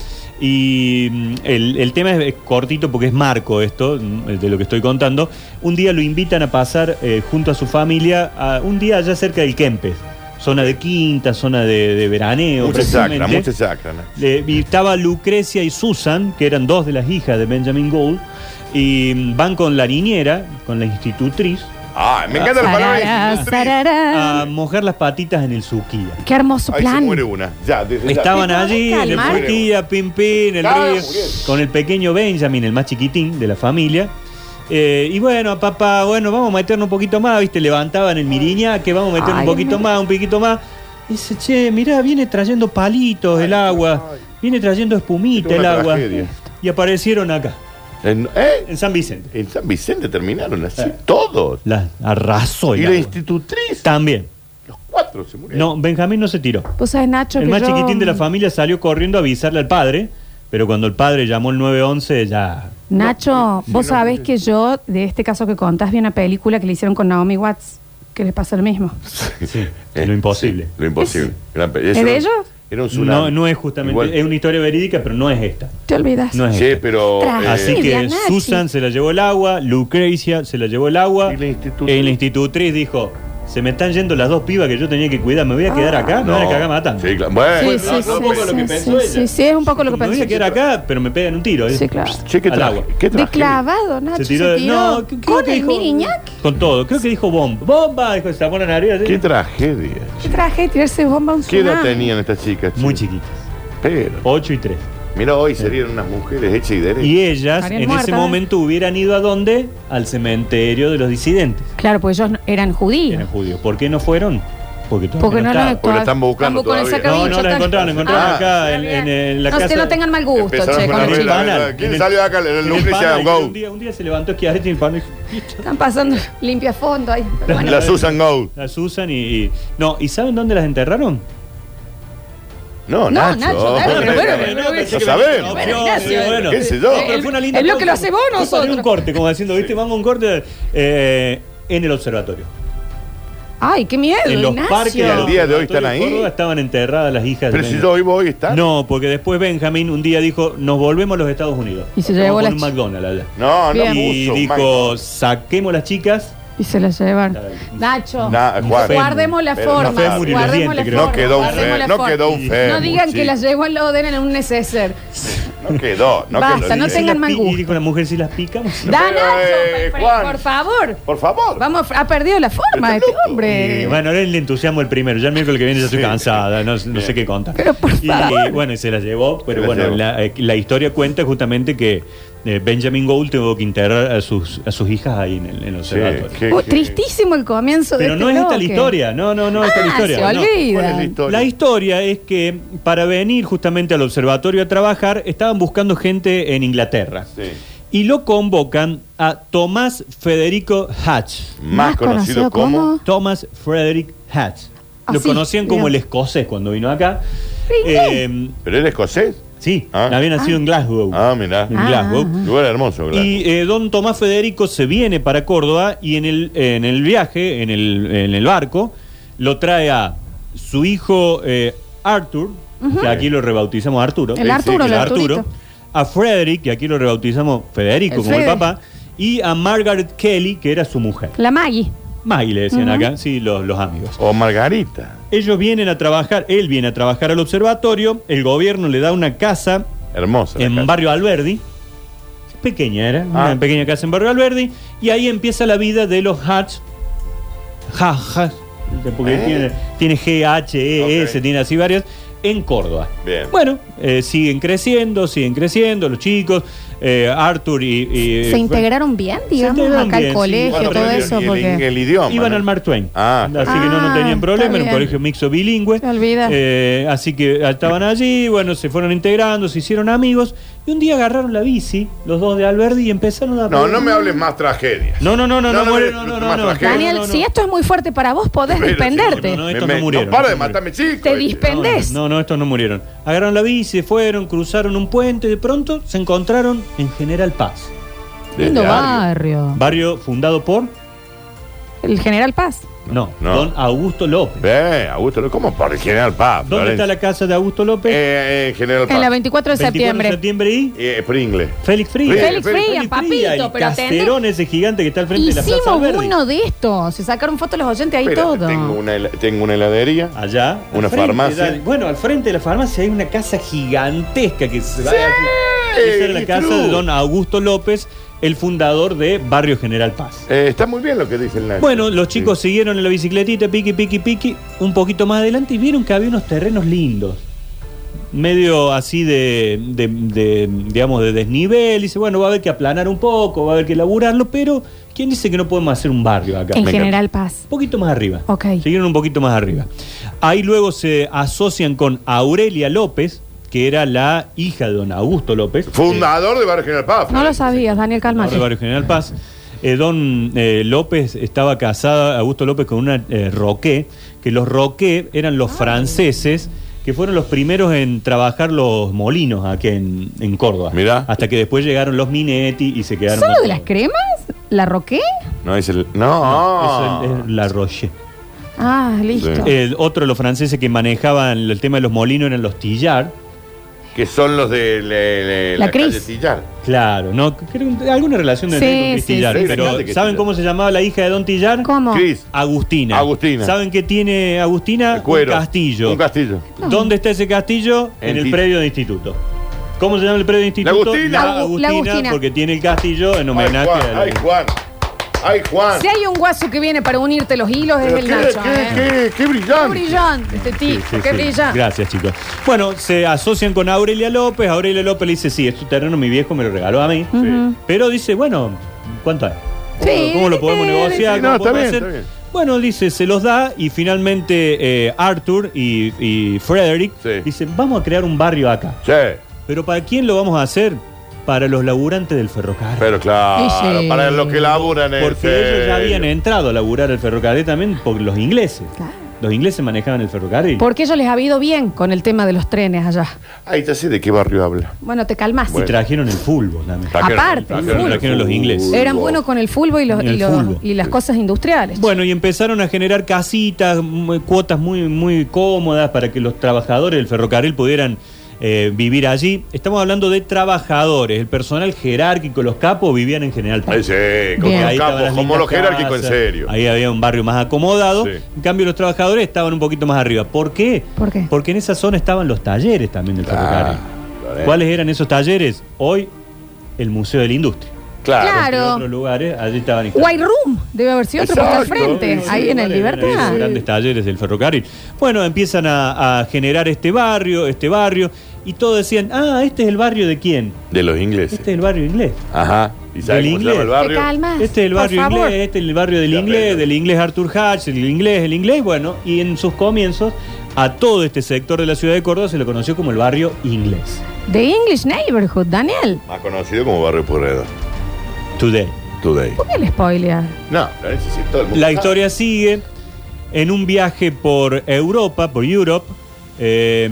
[SPEAKER 3] Y mm, el, el tema es, es cortito porque es marco esto, mm, de lo que estoy contando. Un día lo invitan a pasar eh, junto a su familia, a, un día allá cerca del Kempes, zona de quinta, zona de, de veraneo.
[SPEAKER 2] Mucha sacra,
[SPEAKER 3] precisamente.
[SPEAKER 2] mucha sacra. ¿no?
[SPEAKER 3] Eh, y estaba Lucrecia y Susan, que eran dos de las hijas de Benjamin Gould, y mm, van con la niñera, con la institutriz,
[SPEAKER 2] Ah, me encanta la palabra. Ah.
[SPEAKER 1] Sarará, sarará.
[SPEAKER 3] a mojar las patitas en el suquía.
[SPEAKER 1] Qué hermoso
[SPEAKER 2] Ahí se
[SPEAKER 1] plan.
[SPEAKER 2] muere una. Ya, desde ya.
[SPEAKER 3] Estaban
[SPEAKER 1] ¿Me podés
[SPEAKER 3] allí, en el
[SPEAKER 1] calmar?
[SPEAKER 3] suquía, pim pim, el
[SPEAKER 2] Claro,
[SPEAKER 3] río,
[SPEAKER 2] muy bien.
[SPEAKER 3] con el pequeño Benjamin, el más chiquitín de la familia. Eh, y bueno, papá, bueno, vamos a meternos un poquito más, ¿viste? Levantaban el miriña, que vamos a meternos
[SPEAKER 1] Ay,
[SPEAKER 3] un poquito
[SPEAKER 1] mira.
[SPEAKER 3] más, un poquito más. Y dice, che, mirá, viene trayendo palitos el agua, viene trayendo
[SPEAKER 2] Esto
[SPEAKER 3] espumita
[SPEAKER 2] es
[SPEAKER 3] el
[SPEAKER 2] una
[SPEAKER 3] agua.
[SPEAKER 2] tragedia.
[SPEAKER 3] Y aparecieron acá.
[SPEAKER 2] En, ¿eh?
[SPEAKER 3] En San Vicente.
[SPEAKER 2] en San Vicente terminaron así
[SPEAKER 3] Eh.
[SPEAKER 2] todos.
[SPEAKER 3] La arrasó. el
[SPEAKER 2] Y la
[SPEAKER 3] agua.
[SPEAKER 2] institutriz,
[SPEAKER 3] También.
[SPEAKER 2] los cuatro se murieron.
[SPEAKER 3] No, Benjamín no se tiró.
[SPEAKER 1] Vos sabés, Nacho,
[SPEAKER 3] El
[SPEAKER 1] que
[SPEAKER 3] más
[SPEAKER 1] yo-
[SPEAKER 3] chiquitín de la familia salió corriendo a avisarle al padre, pero cuando el padre llamó el 911 ya...
[SPEAKER 1] Nacho, vos sabés que yo, de este caso que contás, vi una película que le hicieron con Naomi Watts, que le pasó lo mismo.
[SPEAKER 2] (laughs)
[SPEAKER 3] Sí, lo imposible.
[SPEAKER 2] Eh, Sí, lo imposible. Gran pe-
[SPEAKER 1] ¿Es
[SPEAKER 2] eso
[SPEAKER 1] de
[SPEAKER 2] era-
[SPEAKER 1] ellos?
[SPEAKER 2] Era un tsunami.
[SPEAKER 3] No, no es justamente...
[SPEAKER 2] Igual.
[SPEAKER 3] Es una historia verídica, pero no es esta.
[SPEAKER 1] Te olvidas.
[SPEAKER 3] No es
[SPEAKER 2] Sí,
[SPEAKER 3] esta.
[SPEAKER 2] pero. eh,
[SPEAKER 1] Tras-
[SPEAKER 3] Así
[SPEAKER 1] Sí,
[SPEAKER 3] que
[SPEAKER 1] Nachi.
[SPEAKER 3] Susan se la llevó el agua, Lucrecia se la llevó el agua.
[SPEAKER 2] Y la institutriz.
[SPEAKER 3] y la institutriz dijo, se me están yendo las dos pibas que yo tenía que cuidar, me voy a
[SPEAKER 1] Ah.
[SPEAKER 3] quedar acá, me van a cagar matando.
[SPEAKER 2] Sí, claro. Bueno,
[SPEAKER 1] Sí,
[SPEAKER 2] no,
[SPEAKER 1] sí,
[SPEAKER 2] no,
[SPEAKER 1] sí,
[SPEAKER 2] pero-
[SPEAKER 3] lo que
[SPEAKER 1] sí,
[SPEAKER 3] pensó
[SPEAKER 1] sí,
[SPEAKER 3] ella.
[SPEAKER 1] sí, sí, es un poco lo que
[SPEAKER 3] me voy
[SPEAKER 1] pensé.
[SPEAKER 3] a quedar acá, pero me pegan un tiro. ¿eh?
[SPEAKER 1] Sí, claro.
[SPEAKER 2] Che, qué
[SPEAKER 3] Al
[SPEAKER 2] tra-
[SPEAKER 3] agua.
[SPEAKER 2] qué
[SPEAKER 1] De
[SPEAKER 2] tragedia.
[SPEAKER 1] clavado, Nacho.
[SPEAKER 3] Se tiró,
[SPEAKER 1] Ah, se tiró.
[SPEAKER 3] no, creo
[SPEAKER 1] con
[SPEAKER 3] que
[SPEAKER 1] el
[SPEAKER 3] dijo-
[SPEAKER 1] miriñac.
[SPEAKER 3] Con todo, creo que dijo bomba. Bomba, dijo, se la ponen arriba. ¿sí?
[SPEAKER 2] Qué tragedia.
[SPEAKER 1] ¿Qué traje de tirarse bomba a un
[SPEAKER 2] ¿Qué edad
[SPEAKER 1] tsunami?
[SPEAKER 2] tenían estas chicas?
[SPEAKER 3] Muy
[SPEAKER 2] chicos?
[SPEAKER 3] chiquitas,
[SPEAKER 2] Pero.
[SPEAKER 3] 8 y 3.
[SPEAKER 2] Mira, hoy serían unas mujeres hechas y derechas.
[SPEAKER 3] Y ellas
[SPEAKER 1] Estarían
[SPEAKER 3] en ese
[SPEAKER 1] muertas.
[SPEAKER 3] momento hubieran ido a dónde? Al cementerio de los disidentes.
[SPEAKER 1] Claro, porque ellos no- eran
[SPEAKER 3] que
[SPEAKER 1] judíos.
[SPEAKER 3] Eran judíos. ¿Por qué no fueron? Porque todavía
[SPEAKER 1] Ah. Porque no,
[SPEAKER 3] estaban.
[SPEAKER 1] la
[SPEAKER 2] Porque la están buscando
[SPEAKER 1] con el
[SPEAKER 2] todavía.
[SPEAKER 1] sacabicho,
[SPEAKER 3] No, no, la
[SPEAKER 1] tal.
[SPEAKER 3] encontraron, la encontraron
[SPEAKER 1] Ah,
[SPEAKER 3] acá
[SPEAKER 1] está
[SPEAKER 3] en-
[SPEAKER 1] bien.
[SPEAKER 3] en- en la
[SPEAKER 1] no,
[SPEAKER 3] casa-
[SPEAKER 1] No tengan mal gusto,
[SPEAKER 2] Empezaron
[SPEAKER 1] che.
[SPEAKER 2] con
[SPEAKER 1] con
[SPEAKER 2] la
[SPEAKER 1] el-
[SPEAKER 3] el
[SPEAKER 2] regla,
[SPEAKER 3] panal.
[SPEAKER 2] ¿verdad? ¿Quién
[SPEAKER 3] En el-
[SPEAKER 2] salió de acá? El
[SPEAKER 3] En el
[SPEAKER 2] Lucrecia
[SPEAKER 3] panel,
[SPEAKER 2] Go.
[SPEAKER 3] Un día, un día se levantó Schiaretti en el panel y dijo,
[SPEAKER 1] Están pasando limpia fondo ahí. Pero bueno.
[SPEAKER 2] La Susan Go.
[SPEAKER 3] La Susan y, y- No, ¿y saben dónde las enterraron?
[SPEAKER 2] No,
[SPEAKER 1] No,
[SPEAKER 2] Nacho.
[SPEAKER 1] Nacho, dale, pero Ah, bueno, pero-
[SPEAKER 2] Lo sabemos.
[SPEAKER 1] Bueno, Ignacio,
[SPEAKER 3] Bueno,
[SPEAKER 2] qué sé yo.
[SPEAKER 1] eh,
[SPEAKER 3] pero fue una linda
[SPEAKER 1] el bloque
[SPEAKER 3] pausa.
[SPEAKER 1] lo hace vos,
[SPEAKER 3] Vamos a poner un
[SPEAKER 1] nosotros.
[SPEAKER 3] corte, como diciendo, ¿viste? Vamos a un corte eh, en el observatorio.
[SPEAKER 1] Ay, qué miedo,
[SPEAKER 3] En los
[SPEAKER 1] Ignacio.
[SPEAKER 3] parques. del
[SPEAKER 2] al día de hoy
[SPEAKER 3] observatorio
[SPEAKER 2] están ahí.
[SPEAKER 3] Córdoba estaban enterradas las hijas
[SPEAKER 2] Pero
[SPEAKER 3] de
[SPEAKER 2] si
[SPEAKER 3] Benja.
[SPEAKER 2] yo hoy voy, ¿está?
[SPEAKER 3] No, porque después Benjamín un día dijo, nos volvemos a los Estados Unidos.
[SPEAKER 1] Y se llevó
[SPEAKER 3] Vamos
[SPEAKER 1] las
[SPEAKER 3] con un McDonald's allá.
[SPEAKER 2] No, no
[SPEAKER 1] Bien.
[SPEAKER 3] Y
[SPEAKER 2] puso,
[SPEAKER 3] dijo, saquemos las chicas.
[SPEAKER 1] Y se la llevan. Nacho.
[SPEAKER 2] Na- Juan.
[SPEAKER 1] Guardemos la
[SPEAKER 2] Pero
[SPEAKER 1] forma,
[SPEAKER 2] no fémur y los
[SPEAKER 1] guardemos la
[SPEAKER 3] dientes,
[SPEAKER 1] forma.
[SPEAKER 2] No
[SPEAKER 3] creo.
[SPEAKER 2] quedó un
[SPEAKER 1] guardemos la
[SPEAKER 2] fémur, no
[SPEAKER 1] forma.
[SPEAKER 2] quedó un fémur,
[SPEAKER 1] No digan que
[SPEAKER 2] chico.
[SPEAKER 1] la llevó al Loden en un neceser.
[SPEAKER 2] man. No quedó, no
[SPEAKER 1] Basta,
[SPEAKER 2] quedó.
[SPEAKER 1] no
[SPEAKER 2] Eh,
[SPEAKER 3] Si
[SPEAKER 1] tengan
[SPEAKER 3] las
[SPEAKER 1] mal
[SPEAKER 3] pi-
[SPEAKER 1] gusto.
[SPEAKER 3] Y dijo la mujer, si las picamos.
[SPEAKER 1] Da,
[SPEAKER 2] pero, eh,
[SPEAKER 1] Nacho, por-
[SPEAKER 2] Juan.
[SPEAKER 1] por favor.
[SPEAKER 2] Por favor.
[SPEAKER 1] Vamos, ha perdido la forma
[SPEAKER 2] Pero
[SPEAKER 1] este
[SPEAKER 2] está loco.
[SPEAKER 1] hombre.
[SPEAKER 3] Y, Eh, bueno, ahora le entusiasmo el primero. Ya el miércoles que viene ya estoy
[SPEAKER 2] Eh, (laughs) Sí.
[SPEAKER 3] cansada, no, no sé qué contar.
[SPEAKER 1] Pero por
[SPEAKER 3] y,
[SPEAKER 1] favor.
[SPEAKER 3] bueno, y se la llevó,
[SPEAKER 2] Se
[SPEAKER 3] pero
[SPEAKER 2] la
[SPEAKER 3] bueno,
[SPEAKER 2] llevó.
[SPEAKER 3] La, eh, la historia cuenta justamente que eh, Benjamin Gould tuvo que enterrar a sus, a sus hijas ahí en el, en el
[SPEAKER 2] Sí,
[SPEAKER 3] observatorio.
[SPEAKER 2] qué-
[SPEAKER 1] Oh,
[SPEAKER 2] qué-
[SPEAKER 1] tristísimo el comienzo de
[SPEAKER 3] Pero
[SPEAKER 1] este
[SPEAKER 3] no es esta la
[SPEAKER 1] bloque.
[SPEAKER 3] historia, no, no, no,
[SPEAKER 1] Ah,
[SPEAKER 3] esta es la
[SPEAKER 1] se
[SPEAKER 3] historia. no.
[SPEAKER 2] ¿Cuál es la
[SPEAKER 1] olvida.
[SPEAKER 2] historia?
[SPEAKER 3] La historia es que para venir justamente al observatorio a trabajar estaban buscando gente en Inglaterra.
[SPEAKER 2] Sí.
[SPEAKER 3] Y lo convocan a Tomás Federico Hatch.
[SPEAKER 2] Más conocido como...
[SPEAKER 3] Thomas Frederick Hatch.
[SPEAKER 1] Ah,
[SPEAKER 3] Lo
[SPEAKER 1] sí,
[SPEAKER 3] conocían como
[SPEAKER 1] bien.
[SPEAKER 3] el escocés cuando vino acá.
[SPEAKER 1] ¿Inglés?
[SPEAKER 3] Eh,
[SPEAKER 2] ¿Pero él es escocés?
[SPEAKER 3] sí,
[SPEAKER 2] Ah.
[SPEAKER 3] había nacido en Glasgow.
[SPEAKER 2] Ah, mirá.
[SPEAKER 3] En
[SPEAKER 1] Ah.
[SPEAKER 3] Glasgow.
[SPEAKER 2] Lugar hermoso, claro.
[SPEAKER 3] Y eh, don Tomás Federico se viene para Córdoba y en el, en el viaje, en el, en el barco, lo trae a su hijo eh, Arthur, que aquí lo rebautizamos Arturo.
[SPEAKER 1] El Arturo, el Arturito.
[SPEAKER 3] A Frederick, que aquí lo rebautizamos Federico,
[SPEAKER 1] El
[SPEAKER 3] como el
[SPEAKER 1] Frederick.
[SPEAKER 3] papá. Y a Margaret Kelly, que era su mujer.
[SPEAKER 1] La Maggie.
[SPEAKER 3] Maggie le decían acá, sí, los, los amigos.
[SPEAKER 2] O Margarita.
[SPEAKER 3] Ellos vienen a trabajar, él viene a trabajar al observatorio, el gobierno le da una casa
[SPEAKER 2] Hermosa. la
[SPEAKER 3] en
[SPEAKER 2] casa.
[SPEAKER 3] Barrio Alberdi. Pequeña era,
[SPEAKER 2] Ah.
[SPEAKER 3] una pequeña casa en Barrio Alberdi. Y ahí empieza la vida de los Hatch. Ja, ja, porque
[SPEAKER 2] ¿Eh?
[SPEAKER 3] tiene, tiene G, H, E, S,
[SPEAKER 2] Ok.
[SPEAKER 3] tiene así varias, en Córdoba.
[SPEAKER 2] Bien.
[SPEAKER 3] Bueno, eh, siguen creciendo, siguen creciendo los chicos. eh, Arthur y. y-
[SPEAKER 1] ¿Se integraron bien, digamos,
[SPEAKER 3] integraron
[SPEAKER 1] acá
[SPEAKER 3] bien,
[SPEAKER 1] al
[SPEAKER 3] sí.
[SPEAKER 1] colegio,
[SPEAKER 2] Bueno,
[SPEAKER 1] todo
[SPEAKER 2] pero el-
[SPEAKER 1] eso?
[SPEAKER 2] y el,
[SPEAKER 1] porque...
[SPEAKER 2] el idioma.
[SPEAKER 3] Iban
[SPEAKER 2] ¿no?
[SPEAKER 3] al Mark Twain.
[SPEAKER 2] Ah, está
[SPEAKER 3] así que no, no
[SPEAKER 1] Ah,
[SPEAKER 3] tenían problema,
[SPEAKER 1] está
[SPEAKER 3] era un
[SPEAKER 1] bien.
[SPEAKER 3] colegio mixto bilingüe.
[SPEAKER 1] Te olvidas.
[SPEAKER 3] Eh, así que estaban allí, bueno, se fueron integrando, se hicieron amigos. Y un día agarraron la bici, los dos de Alberdi, y empezaron a.
[SPEAKER 2] No, no me hables más tragedias.
[SPEAKER 3] No, no, no, no,
[SPEAKER 2] No,
[SPEAKER 3] no,
[SPEAKER 2] no,
[SPEAKER 3] muere,
[SPEAKER 2] no,
[SPEAKER 3] no, no,
[SPEAKER 2] no,
[SPEAKER 3] no,
[SPEAKER 2] más
[SPEAKER 3] no.
[SPEAKER 2] tragedia.
[SPEAKER 1] Daniel,
[SPEAKER 3] No, no, no.
[SPEAKER 1] si esto es muy fuerte para vos, podés
[SPEAKER 2] Pero,
[SPEAKER 1] dependerte.
[SPEAKER 2] chico,
[SPEAKER 3] No,
[SPEAKER 2] Me-
[SPEAKER 3] estos
[SPEAKER 2] me-
[SPEAKER 3] no murieron,
[SPEAKER 2] para de
[SPEAKER 3] estos no
[SPEAKER 2] matarme, chico.
[SPEAKER 1] Te dispen- ¿Entendés?
[SPEAKER 3] Ah, No, no, estos no murieron. Agarraron la bici, fueron, cruzaron un puente, de pronto se encontraron en General Paz.
[SPEAKER 2] Desde
[SPEAKER 1] Lindo
[SPEAKER 2] Ario.
[SPEAKER 1] barrio.
[SPEAKER 3] Barrio fundado por.
[SPEAKER 1] El General Paz.
[SPEAKER 3] No,
[SPEAKER 2] No.
[SPEAKER 3] Don Augusto López.
[SPEAKER 2] Ve, Eh, Augusto, ¿cómo por el General Paz?
[SPEAKER 3] ¿Dónde está la casa de Augusto López?
[SPEAKER 2] Eh, en General Paz.
[SPEAKER 1] En la 24 de
[SPEAKER 3] 24 de
[SPEAKER 1] septiembre.
[SPEAKER 3] septiembre y.
[SPEAKER 2] Eh, Pringle.
[SPEAKER 3] Félix Fría.
[SPEAKER 2] Félix Fría,
[SPEAKER 1] papito,
[SPEAKER 3] el
[SPEAKER 1] pero
[SPEAKER 3] caserón ese gigante que está al frente de la Plaza
[SPEAKER 1] Hicimos
[SPEAKER 3] Alberdi.
[SPEAKER 1] uno de estos. Se sacaron fotos los oyentes ahí
[SPEAKER 2] Espérate,
[SPEAKER 1] todo.
[SPEAKER 2] Tengo una, hel- tengo una heladería.
[SPEAKER 3] Allá. al
[SPEAKER 2] Una
[SPEAKER 3] frente,
[SPEAKER 2] farmacia.
[SPEAKER 3] dale. Bueno, al frente de la farmacia hay una casa gigantesca que se va
[SPEAKER 2] Sí,
[SPEAKER 3] Esa era la casa
[SPEAKER 2] Cruz.
[SPEAKER 3] de don Augusto López, el fundador de Barrio General Paz.
[SPEAKER 2] Eh, está muy bien lo que dice el Nacho.
[SPEAKER 3] Bueno, los chicos
[SPEAKER 2] Sí.
[SPEAKER 3] siguieron en la bicicletita, piqui, piqui, piqui, un poquito más adelante y vieron que había unos terrenos lindos. Medio así de, de- de, digamos, de desnivel. Dice, bueno, va a haber que aplanar un poco, va a haber que laburarlo, pero ¿quién dice que no podemos hacer un barrio acá?
[SPEAKER 1] En
[SPEAKER 2] Me encanta.
[SPEAKER 1] General Paz.
[SPEAKER 3] Un poquito más arriba.
[SPEAKER 1] Ok.
[SPEAKER 3] Siguieron un poquito más arriba. Ahí luego se asocian con Aurelia López, que era la hija de don Augusto López.
[SPEAKER 2] Fundador de Barrio General Paz.
[SPEAKER 1] No lo sabías, Daniel,
[SPEAKER 3] Ahora
[SPEAKER 1] calmate.
[SPEAKER 3] Barrio General Paz. Eh, don eh, López estaba casada, Augusto López, con una eh, Roqué, que los Roqué eran los franceses que fueron los primeros en trabajar los molinos aquí en, en Córdoba.
[SPEAKER 2] Mirá.
[SPEAKER 3] Hasta que después llegaron los Minetti y se quedaron.
[SPEAKER 1] ¿Solo
[SPEAKER 3] con
[SPEAKER 1] de
[SPEAKER 3] todo.
[SPEAKER 1] las cremas? ¿La Roqué?
[SPEAKER 2] No es el. No.
[SPEAKER 3] Eso es- es la Roche.
[SPEAKER 1] Ah, listo.
[SPEAKER 2] Sí.
[SPEAKER 3] El otro de los franceses que manejaban el tema de los molinos eran los Tillar.
[SPEAKER 2] Que son los de le- le-
[SPEAKER 1] La
[SPEAKER 2] la, calle
[SPEAKER 1] Cris.
[SPEAKER 2] Tillar.
[SPEAKER 3] Claro, no, creo que alguna relación de
[SPEAKER 1] Sí,
[SPEAKER 3] con Cris
[SPEAKER 1] sí,
[SPEAKER 3] Tillar,
[SPEAKER 2] sí, sí.
[SPEAKER 3] pero
[SPEAKER 2] Fíjate que
[SPEAKER 3] ¿saben
[SPEAKER 2] Tillar.
[SPEAKER 3] cómo se llamaba la hija de Don Tillar?
[SPEAKER 1] ¿Cómo?
[SPEAKER 2] Cris.
[SPEAKER 3] Agustina.
[SPEAKER 2] Agustina.
[SPEAKER 3] ¿Saben qué tiene Agustina?
[SPEAKER 2] El cuero.
[SPEAKER 3] Ah, Un castillo.
[SPEAKER 2] Un castillo.
[SPEAKER 1] Mm.
[SPEAKER 3] ¿Dónde está ese castillo? En,
[SPEAKER 2] En
[SPEAKER 3] el
[SPEAKER 2] Tit-
[SPEAKER 3] predio de instituto. ¿Cómo se llama el predio de instituto?
[SPEAKER 2] Agustina.
[SPEAKER 3] La
[SPEAKER 1] Agu-
[SPEAKER 3] Agustina,
[SPEAKER 1] la Agustina.
[SPEAKER 3] porque tiene el castillo
[SPEAKER 2] Ay,
[SPEAKER 3] en homenaje a
[SPEAKER 2] Juan.
[SPEAKER 3] la-
[SPEAKER 2] Ay, Juan. Ay, Juan.
[SPEAKER 1] Si hay un guaso que viene para unirte los hilos, es
[SPEAKER 2] Pero
[SPEAKER 1] el
[SPEAKER 2] qué-
[SPEAKER 1] Nacho.
[SPEAKER 2] qué-
[SPEAKER 1] ¿eh?
[SPEAKER 2] qué- qué
[SPEAKER 1] Qué
[SPEAKER 2] brillante.
[SPEAKER 1] brillante este
[SPEAKER 3] Sí,
[SPEAKER 1] tipo,
[SPEAKER 3] sí,
[SPEAKER 1] qué
[SPEAKER 3] sí.
[SPEAKER 1] brillante.
[SPEAKER 3] Gracias, chicos. Bueno, se asocian con Aurelia López. Aurelia López le dice, sí, es tu terreno, mi viejo me lo regaló a mí.
[SPEAKER 1] Ujú.
[SPEAKER 3] Pero dice, bueno, ¿cuánto es? ¿Cómo,
[SPEAKER 1] Sí, eh,
[SPEAKER 3] cómo lo podemos
[SPEAKER 1] sí,
[SPEAKER 3] negociar?
[SPEAKER 2] sí,
[SPEAKER 3] ¿Cómo
[SPEAKER 2] no, está
[SPEAKER 3] podemos
[SPEAKER 2] bien, está
[SPEAKER 3] hacer?
[SPEAKER 2] bien.
[SPEAKER 3] Bueno, dice, se los da y finalmente eh, Arthur y, y Frederick
[SPEAKER 2] Sí.
[SPEAKER 3] dicen, vamos a crear un barrio acá.
[SPEAKER 2] Sí.
[SPEAKER 3] Pero ¿para quién lo vamos a hacer? Para los laburantes del ferrocarril.
[SPEAKER 2] Pero claro,
[SPEAKER 1] Sí, sí.
[SPEAKER 2] para los que laburan en
[SPEAKER 3] porque ellos ya habían entrado a laburar el ferrocarril también por los ingleses.
[SPEAKER 1] Claro.
[SPEAKER 3] Los ingleses manejaban el ferrocarril.
[SPEAKER 1] Porque ellos les ha ido bien con el tema de los trenes allá.
[SPEAKER 2] Ahí ya sé de qué barrio habla.
[SPEAKER 1] Bueno, te calmas.
[SPEAKER 3] Y trajeron el fútbol también.
[SPEAKER 2] Trajeron-
[SPEAKER 1] Aparte,
[SPEAKER 2] trajeron
[SPEAKER 1] full.
[SPEAKER 3] Trajeron los ingleses.
[SPEAKER 1] Eran buenos con el fútbol y, los,
[SPEAKER 3] Y
[SPEAKER 1] y,
[SPEAKER 3] el
[SPEAKER 1] los-
[SPEAKER 3] fulbo.
[SPEAKER 1] y las cosas industriales.
[SPEAKER 3] Bueno, y empezaron a generar casitas, muy- cuotas muy, muy cómodas para que los trabajadores del ferrocarril pudieran eh, vivir allí. Estamos hablando de trabajadores, el personal jerárquico, los capos vivían en general.
[SPEAKER 2] Ahí sí,
[SPEAKER 1] Bien.
[SPEAKER 2] como
[SPEAKER 1] Ahí
[SPEAKER 2] los
[SPEAKER 3] estaban
[SPEAKER 2] capos,
[SPEAKER 3] las
[SPEAKER 2] como
[SPEAKER 3] lindas
[SPEAKER 2] los jerárquicos en
[SPEAKER 3] casas,
[SPEAKER 2] serio.
[SPEAKER 3] Ahí había un barrio más acomodado.
[SPEAKER 2] Sí.
[SPEAKER 3] En cambio, los trabajadores estaban un poquito más arriba. ¿Por qué?
[SPEAKER 1] ¿Por qué?
[SPEAKER 3] Porque en esa zona estaban los talleres también del
[SPEAKER 2] Claro,
[SPEAKER 3] ferrocarril.
[SPEAKER 2] claro.
[SPEAKER 3] ¿Cuáles eran esos talleres? Hoy, el Museo de la Industria.
[SPEAKER 1] Claro.
[SPEAKER 3] En otros lugares, allí estaban instalados.
[SPEAKER 1] White Room debe haber sido otro que está al
[SPEAKER 2] Exacto.
[SPEAKER 1] frente,
[SPEAKER 2] Sí,
[SPEAKER 1] ahí
[SPEAKER 2] sí,
[SPEAKER 1] en el
[SPEAKER 3] Vale, eran
[SPEAKER 1] Libertad.
[SPEAKER 3] esos grandes talleres del ferrocarril. Bueno, empiezan a, a generar este barrio, este barrio, y todos decían, ah, este es el barrio de quién?
[SPEAKER 2] De los ingleses.
[SPEAKER 3] Este es el barrio inglés.
[SPEAKER 2] Ajá. ¿Y sabes
[SPEAKER 3] Del
[SPEAKER 2] cómo se llama el
[SPEAKER 3] inglés.
[SPEAKER 1] Te
[SPEAKER 2] barrio?
[SPEAKER 1] calmas.
[SPEAKER 3] Este es el
[SPEAKER 1] Ah, por
[SPEAKER 3] barrio
[SPEAKER 1] favor.
[SPEAKER 3] inglés, este es el barrio del
[SPEAKER 2] Ya
[SPEAKER 3] inglés,
[SPEAKER 2] aprendo.
[SPEAKER 3] del inglés Arthur Hatch, el inglés, el inglés, bueno, y en sus comienzos a todo este sector de la ciudad de Córdoba se lo conoció como el barrio inglés.
[SPEAKER 1] The English Neighborhood, Daniel.
[SPEAKER 2] Más conocido como Barrio Purredo.
[SPEAKER 3] Today.
[SPEAKER 2] Today.
[SPEAKER 1] ¿Por qué el spoiler?
[SPEAKER 2] No, la necesito todo el mundo.
[SPEAKER 3] La historia sigue en un viaje por Europa, por Europe. eh,